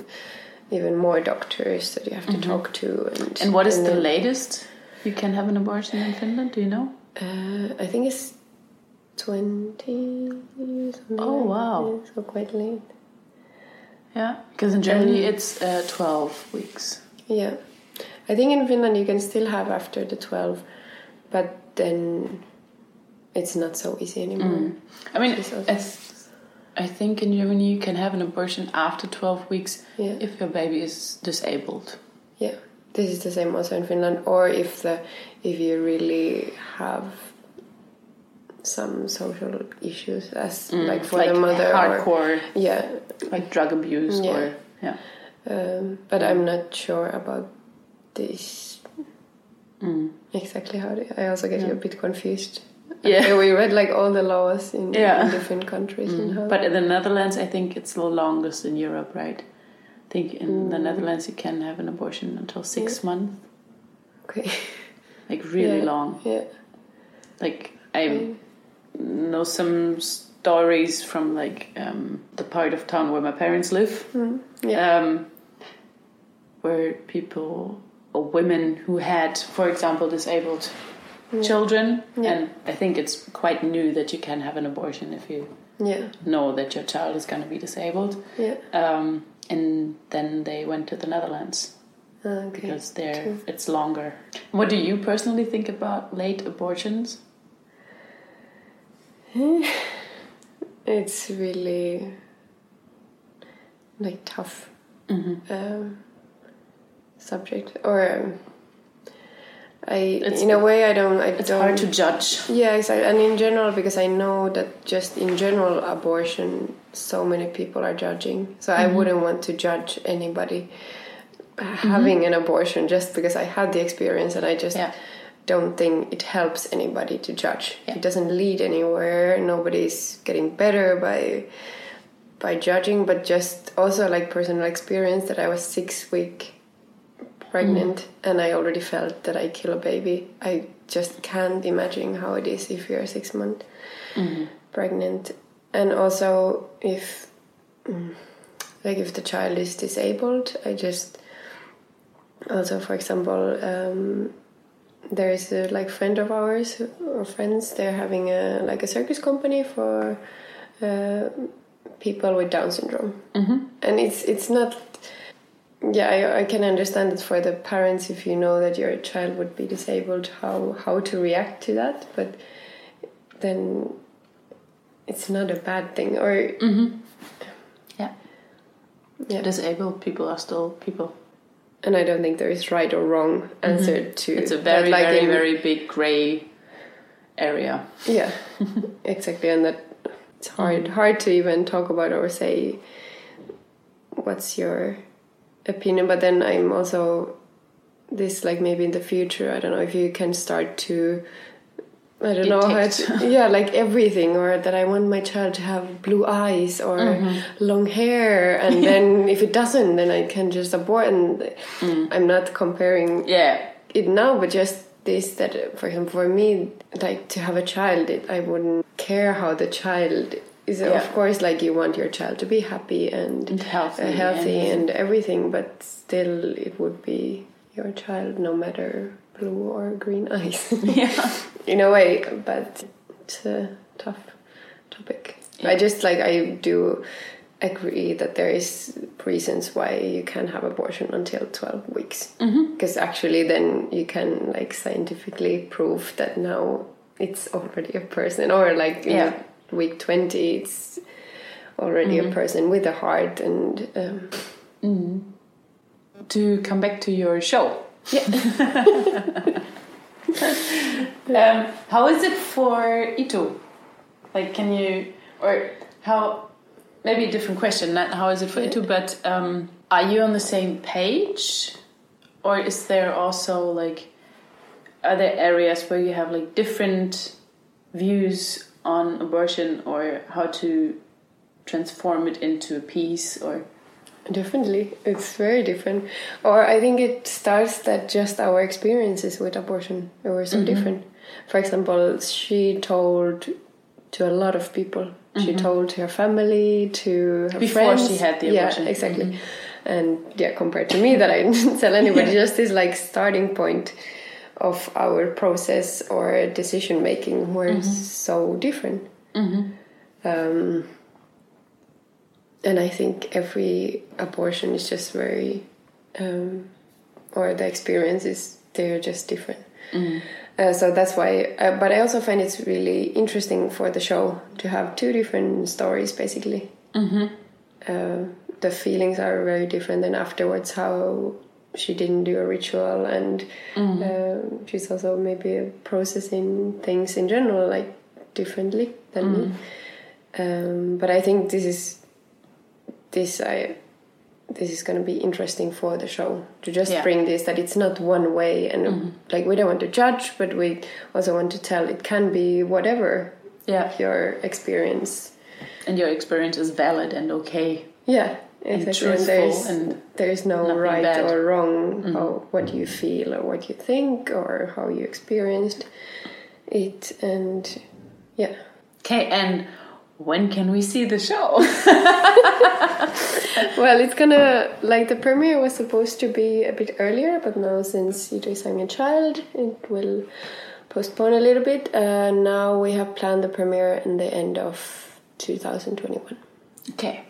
Speaker 2: even more doctors that you have to talk to. And
Speaker 1: Mm-hmm. and what is
Speaker 2: and
Speaker 1: the
Speaker 2: then-
Speaker 1: latest you can have an abortion in Finland? Do you know?
Speaker 2: Uh, I think it's 20 something.
Speaker 1: Oh,
Speaker 2: like
Speaker 1: wow.
Speaker 2: that, so quite late.
Speaker 1: Yeah, because in
Speaker 2: Um,
Speaker 1: Germany it's uh, 12 weeks.
Speaker 2: Yeah. I think in Finland you can still have after the 12, but then it's not so easy anymore.
Speaker 1: I mean,
Speaker 2: It's also-
Speaker 1: I, th- I think in Germany you can have an abortion after 12 weeks
Speaker 2: Yeah.
Speaker 1: if your baby is disabled.
Speaker 2: Yeah. This is the same also in Finland or if the if you really have some social issues as Mm. like for the mother or
Speaker 1: Mm, hardcore,
Speaker 2: yeah
Speaker 1: like drug abuse
Speaker 2: Yeah.
Speaker 1: or yeah.
Speaker 2: Um, but I'm not sure about this.
Speaker 1: Hmm.
Speaker 2: Exactly how it, I also get a bit confused.
Speaker 1: Yeah.
Speaker 2: Yeah, we read like all the laws in,
Speaker 1: Yeah. Hmm.
Speaker 2: in different countries and how.
Speaker 1: But in the Netherlands, I think it's the longest in Europe, right? I think in
Speaker 2: Mm.
Speaker 1: the Netherlands you can have an abortion until six months,
Speaker 2: okay.
Speaker 1: like really
Speaker 2: Yeah.
Speaker 1: long.
Speaker 2: Yeah. Um,
Speaker 1: Like I know some stories from like um, the part of town where my parents live,
Speaker 2: Mm. Yeah.
Speaker 1: um, where people or women who had, for example, disabled children,
Speaker 2: Yeah.
Speaker 1: and I think it's quite new that you can have an abortion if you
Speaker 2: Yeah.
Speaker 1: know that your child is going to be disabled.
Speaker 2: Yeah.
Speaker 1: um, and then they went to the Netherlands
Speaker 2: Okay.
Speaker 1: because there it's longer. What do you personally think about late abortions?
Speaker 2: It's really like tough
Speaker 1: Mm-hmm.
Speaker 2: um, subject or um, I
Speaker 3: It's-
Speaker 2: in a way I don't I
Speaker 3: It's
Speaker 2: don't
Speaker 3: hard to judge.
Speaker 2: Yeah, exactly. And in general, because I know that just in general abortion, so many people are judging. So
Speaker 3: Mm-hmm.
Speaker 2: I wouldn't want to judge anybody having an abortion just because I had the experience and I just
Speaker 3: Mm-hmm. Yeah.
Speaker 2: don't think it helps anybody to judge.
Speaker 3: Yeah.
Speaker 2: It doesn't lead anywhere. Nobody's getting better by by judging, but just also like personal experience that I was six week pregnant and I already felt that I kill a baby. I just can't imagine how it is if you're six months pregnant, and also if mm, like if the child is disabled. I just also, for example, um, there is a like friend of ours who- or friends. They're having a like a circus company for uh, people with Down syndrome, mm-hmm. and it's it's not yeah I, I can understand it for the parents if you know that your child would be disabled how how to react to that but then it's not a bad thing or
Speaker 3: Mm. Yeah.
Speaker 2: Yeah.
Speaker 3: Disabled people are still people.
Speaker 2: and i don't think there is right or wrong answer to
Speaker 3: Mm-hmm. It's a
Speaker 2: that,
Speaker 3: very,
Speaker 2: like,
Speaker 3: very,
Speaker 2: in-
Speaker 3: very big grey area.
Speaker 2: yeah exactly and that it's hard hard to even talk about or say what's your opinion but then i'm also this like maybe in the future i don't know if you can start to i don't know how
Speaker 3: Detect.
Speaker 2: to, yeah like everything or that i want my child to have blue eyes or long hair and then if it doesn't then i can just abort and i'm not comparing
Speaker 3: Yeah.
Speaker 2: it now, but just this that, uh, for example, for me, like to have a child, it, I wouldn't care how the child is. Of
Speaker 3: Yeah.
Speaker 2: course, like you want your child to be happy and,
Speaker 3: And healthy
Speaker 2: uh, healthy
Speaker 3: and-
Speaker 2: and, everything, but still, it would be your child, no matter blue or green eyes,
Speaker 3: Yeah.
Speaker 2: in a way. But it's a tough topic. I just like I do agree that there is reasons why you can have abortion until 12 weeks
Speaker 1: Mm-hmm.
Speaker 2: because actually then you can like scientifically prove that now it's already a person or like in
Speaker 3: Yeah.
Speaker 2: week 20 it's already a person with a heart and um,
Speaker 3: to come back to your show. um, how is it for Ito? Like, can you, or how, maybe a different question, not how is it for Ito, but um, are you on the same page? Or is there also like other areas where you have like different views on abortion or how to transform it into a piece or
Speaker 2: Definitely, it's very different. Or I think it starts that just our experiences with abortion were
Speaker 3: Mm-hmm.
Speaker 2: so different. For example, she told to a lot of people. She told her family, to her
Speaker 3: Mm-hmm. Before
Speaker 2: friends.
Speaker 3: she had the abortion. Mm-hmm.
Speaker 2: Yeah, exactly. And yeah, compared to me, that I didn't tell anybody. Just this like starting point of our process or decision making were
Speaker 3: Mm-hmm.
Speaker 2: so different. and I think every abortion is just very, um, or the experiences they're just different. Uh, so that's why. Uh, but I also find it's really interesting for the show to have two different stories, basically. Mm-hmm. Uh, the feelings are very different, and afterwards, how she didn't do a ritual, and um she's also maybe processing things in general like differently than me. Um, but I think this is this I this is going to be interesting for the show to just
Speaker 3: Yeah.
Speaker 2: bring this that it's not one way and like we don't want to judge but we also want to tell it can be whatever
Speaker 3: yeah
Speaker 2: your experience
Speaker 3: and your experience is valid and okay
Speaker 2: yeah exactly
Speaker 3: truthful
Speaker 2: there's
Speaker 3: and
Speaker 2: there's no
Speaker 3: nothing
Speaker 2: right
Speaker 3: bad. Mm-hmm.
Speaker 2: or wrong how what you feel or what you think or how you experienced it and yeah
Speaker 3: Okay, and when can we see the show?
Speaker 2: Well, it's gonna like the premiere was supposed to be a bit earlier, but now since Ito is having a child, it will postpone a little bit. Uh, now we have planned the premiere in the end of 2021
Speaker 3: okay,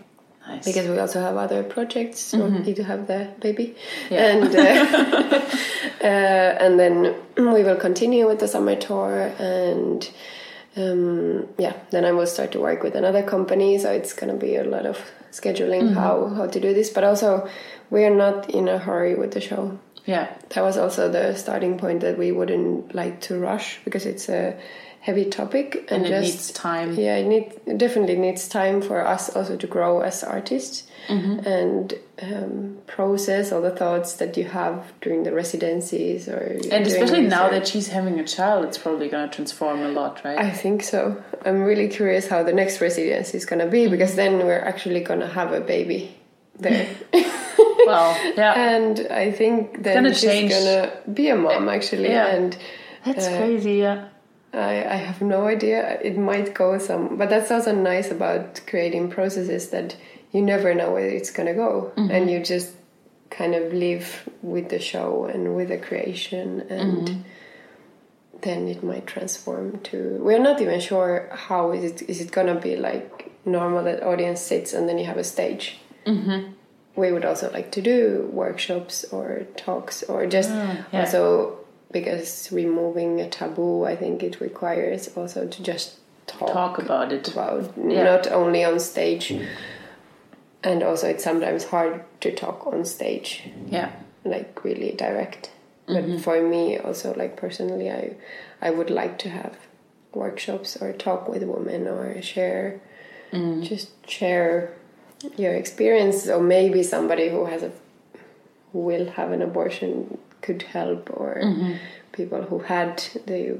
Speaker 3: nice.
Speaker 2: because we also have other projects. So need to have the baby,
Speaker 3: Yeah.
Speaker 2: and uh, uh, and then we will continue with the summer tour and. Um, yeah, then I will start to work with another company, so it's gonna be a lot of scheduling how how to do this. But also, we are not in a hurry with the show.
Speaker 1: Yeah.
Speaker 2: that was also the starting point that we wouldn't like to rush because it's a heavy topic
Speaker 1: And
Speaker 2: and,
Speaker 1: it
Speaker 2: just
Speaker 1: needs time.
Speaker 2: yeah it, need, it definitely needs time for us also to grow as artists
Speaker 1: Mm-hmm.
Speaker 2: and um, process all the thoughts that you have during the residencies or
Speaker 1: And especially now that she's having a child, it's probably going to transform a lot, right?
Speaker 2: I think so. I'm really curious how the next residency is gonna
Speaker 1: Mm-hmm.
Speaker 2: be because then we're actually gonna have a baby there,
Speaker 1: well,
Speaker 2: uh,
Speaker 1: yeah.
Speaker 2: and I think then
Speaker 1: Uh, gonna
Speaker 2: she's
Speaker 1: change.
Speaker 2: gonna be a mom actually,
Speaker 1: Yeah.
Speaker 2: and
Speaker 1: That's
Speaker 2: uh,
Speaker 1: crazy, yeah.
Speaker 2: I, I have no idea. It might go some, but that's also nice about creating processes that you never know where it's gonna go, and you just kind of live with the show and with the creation, and then it might transform to. We're not even sure how is it is it gonna be like normal that audience sits and then you have a stage. Mm-hmm. We would also like to do workshops or talks or just
Speaker 1: yeah.
Speaker 2: also because removing a taboo, I think it requires also to just talk,
Speaker 1: Talk about it.
Speaker 2: about
Speaker 1: Yeah.
Speaker 2: not only on stage, and also it's sometimes hard to talk on stage,
Speaker 1: Yeah.
Speaker 2: like really direct. But for me, also like personally, I I would like to have workshops or talk with women or share, just share your experience, or maybe somebody who has a who will have an abortion could help or people who had they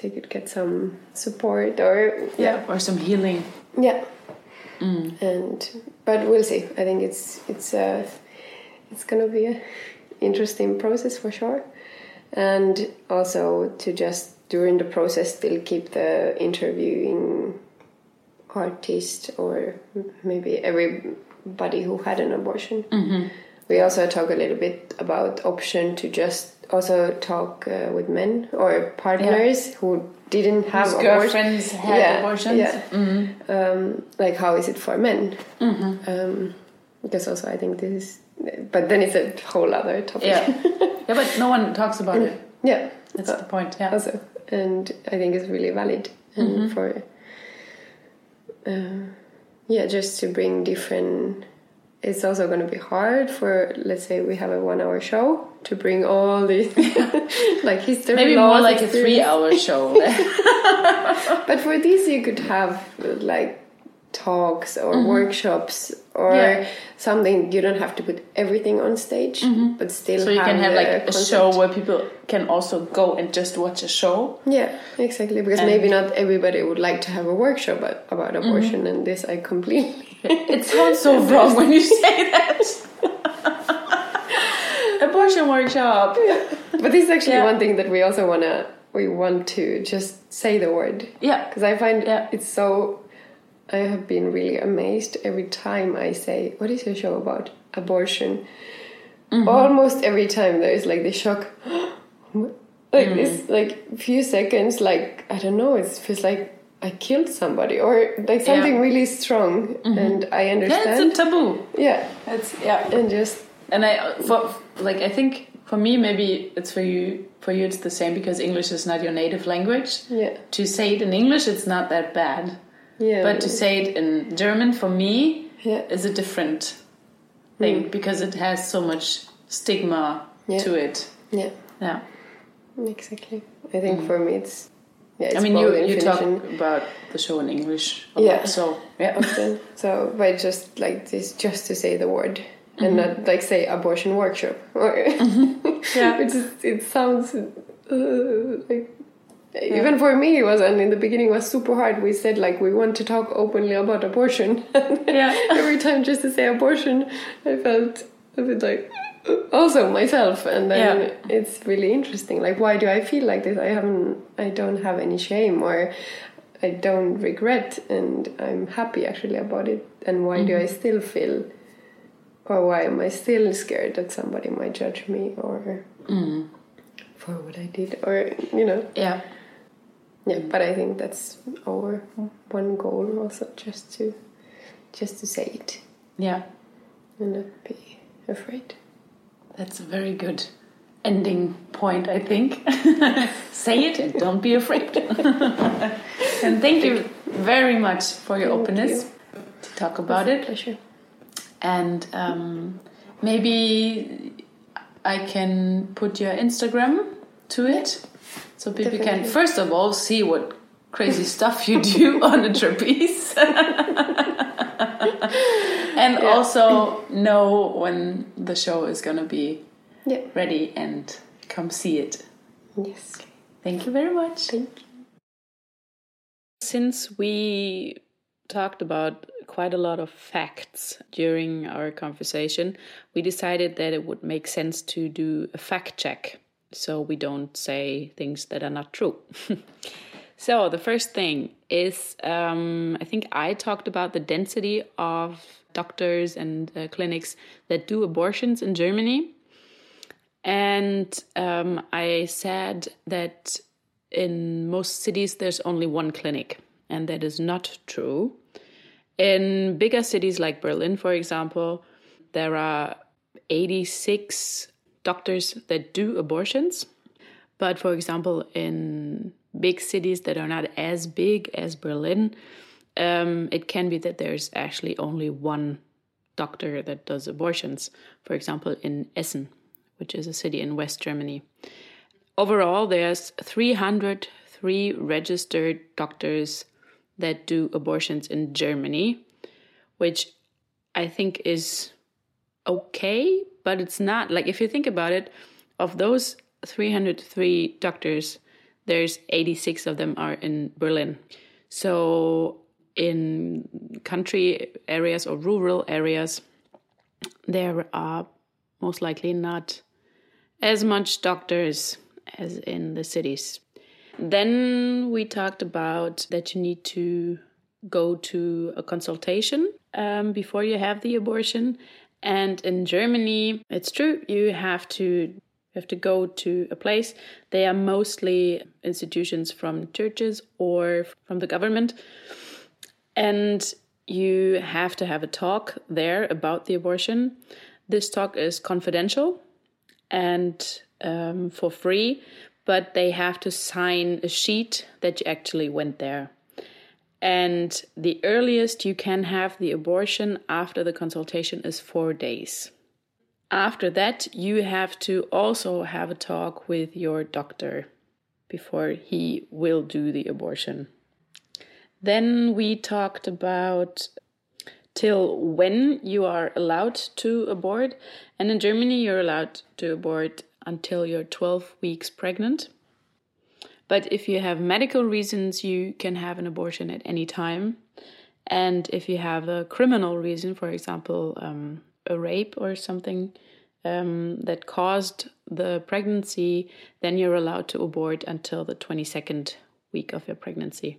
Speaker 2: they could get some support or yeah
Speaker 1: Or some healing.
Speaker 2: yeah and but we'll see i think it's it's uh it's gonna be a interesting process for sure and also to just during the process still keep the interviewing artist or m- maybe everybody who had an abortion.
Speaker 1: Mm-hmm.
Speaker 2: We also talk a little bit about option to just also talk uh, with men or partners who didn't have
Speaker 1: Whose
Speaker 2: abortion.
Speaker 1: girlfriends had abortions? Mm-hmm.
Speaker 2: Yeah. Um, like how is it for men? Um, because also I think this is, but then it's a whole other topic.
Speaker 1: Yeah. yeah, but no one talks about it.
Speaker 2: yeah.
Speaker 1: That's the point, yeah.
Speaker 2: also, and I think it's really valid and
Speaker 1: Mm-hmm.
Speaker 2: for uh, yeah, just to bring different. It's also going to be hard for let's say we have a one-hour show to bring all the like history.
Speaker 1: Maybe
Speaker 2: laws,
Speaker 1: more like a
Speaker 2: experience.
Speaker 1: three hour show.
Speaker 2: But for these, you could have uh, like talks or workshops or
Speaker 1: Mm-hmm. Yeah.
Speaker 2: something. You don't have to put everything on stage, but still
Speaker 1: Mm-hmm. so you can have
Speaker 2: the
Speaker 1: like a
Speaker 2: concept.
Speaker 1: show where people can also go and just watch a show.
Speaker 2: Yeah, exactly. Because
Speaker 1: And- Mm-hmm.
Speaker 2: maybe not everybody would like to have a workshop about, about abortion, and this I completely.
Speaker 1: It sounds so wrong when you say that. Abortion workshop.
Speaker 2: but this is actually
Speaker 1: Yeah.
Speaker 2: one thing that we also wanna we want to just say the word
Speaker 1: Yeah.
Speaker 2: because I find
Speaker 1: Yeah.
Speaker 2: it's so. I have been really amazed every time I say, "What is your show about?" Abortion.
Speaker 1: Mm-hmm.
Speaker 2: Almost every time there is like the shock, like
Speaker 1: Mm.
Speaker 2: this, like few seconds, like I don't know. It feels like I killed somebody or like something really strong,
Speaker 1: Mm-hmm.
Speaker 2: and I
Speaker 1: Yeah, it's a
Speaker 2: understand.
Speaker 1: taboo.
Speaker 2: Yeah,
Speaker 1: It's yeah.
Speaker 2: and just
Speaker 1: and I for like I think for me maybe it's for you for you it's the same because English is not your native language.
Speaker 2: Yeah.
Speaker 1: To say it in English, it's not that bad,
Speaker 2: yeah,
Speaker 1: but to say it in German for me
Speaker 2: Yeah.
Speaker 1: is a different thing because it has so much stigma
Speaker 2: Yeah.
Speaker 1: to it.
Speaker 2: yeah,
Speaker 1: Yeah,
Speaker 2: exactly. I think for me, it's yeah. It's
Speaker 1: Mm-hmm. I mean you
Speaker 2: both in
Speaker 1: you talk
Speaker 2: Finnish and-
Speaker 1: about the show in English. A
Speaker 2: Yeah.
Speaker 1: lot, so yeah.
Speaker 2: often. So by just like this, just to say the word and not like say abortion workshop or
Speaker 1: Mm-hmm. Yeah.
Speaker 2: it just it sounds uh, like even for me it was and in the beginning it was super hard. We said like we want to talk openly about abortion.
Speaker 1: Yeah.
Speaker 2: Every time just to say abortion, I felt a bit like also myself and then
Speaker 1: Yeah.
Speaker 2: it's really interesting like why do i feel like this i haven't i don't have any shame or i don't regret and i'm happy actually about it and why do i still feel or why am i still scared that somebody might judge me or for what i did or you know
Speaker 1: Yeah.
Speaker 2: yeah but i think that's our one goal also just to just to say it
Speaker 1: Yeah.
Speaker 2: and not be afraid
Speaker 1: That's a very good ending point, I think. Say it and don't be afraid. and thank you very much for your openness to talk about it.
Speaker 2: pleasure
Speaker 1: And um, maybe
Speaker 3: I can put your Instagram to it so people can,
Speaker 2: Definitely.
Speaker 3: first of all, see what crazy stuff you do on a trapeze. and
Speaker 2: Yeah.
Speaker 3: also know when the show is going to be
Speaker 2: Yeah.
Speaker 3: ready and come see it.
Speaker 2: Yes.
Speaker 3: Thank you very much.
Speaker 1: Since we talked about quite a lot of facts during our conversation, we decided that it would make sense to do a fact check so we don't say things that are not true. so, the first thing is um, I think I talked about the density of doctors and uh, clinics that do abortions in Germany. And um, I said that in most cities there's only one clinic, and that is not true. In bigger cities like Berlin, for example, there are 86 doctors that do abortions. But for example, in big cities that are not as big as Berlin, um, it can be that there's actually only one doctor that does abortions. For example, in Essen, which is a city in West Germany. Overall, there's 303 registered doctors that do abortions in Germany, which I think is okay, but it's not like if you think about it, of those 303 doctors, there's 86 of them are in Berlin. So in country areas or rural areas, there are most likely not as much doctors as in the cities. Then we talked about that you need to go to a consultation um, before you have the abortion, and in Germany, it's true you have to you have to go to a place. They are mostly institutions from churches or from the government, and you have to have a talk there about the abortion. This talk is confidential and um, for free, but they have to sign a sheet that you actually went there. And the earliest you can have the abortion after the consultation is four days. After that, you have to also have a talk with your doctor before he will do the abortion. Then we talked about till when you are allowed to abort. And in Germany, you're allowed to abort until you're 12 weeks pregnant. But if you have medical reasons, you can have an abortion at any time. And if you have a criminal reason, for example, um, a rape or something um, that caused the pregnancy, then you're allowed to abort until the 22nd week of your pregnancy.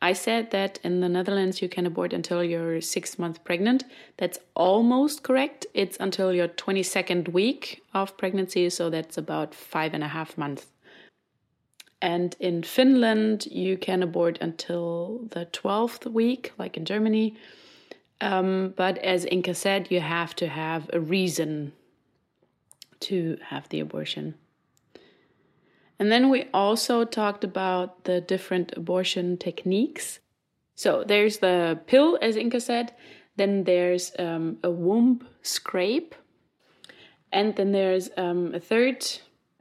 Speaker 1: I said that in the Netherlands you can abort until you're six months pregnant. That's almost correct. It's until your 22nd week of pregnancy, so that's about five and a half months. And in Finland, you can abort until the 12th week, like in Germany. Um, but as Inka said, you have to have a reason to have the abortion. And then we also talked about the different abortion techniques. So there's the pill, as Inka said, then there's um, a womb scrape, and then there's um, a third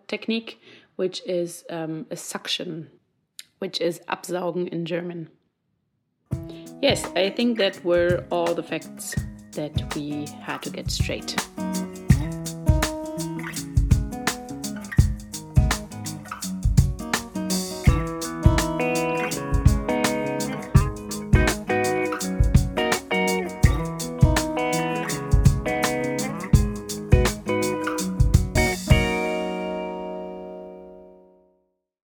Speaker 1: technique, which is um, a suction, which is absaugen in German. Yes, I think that were all the facts that we had to get straight.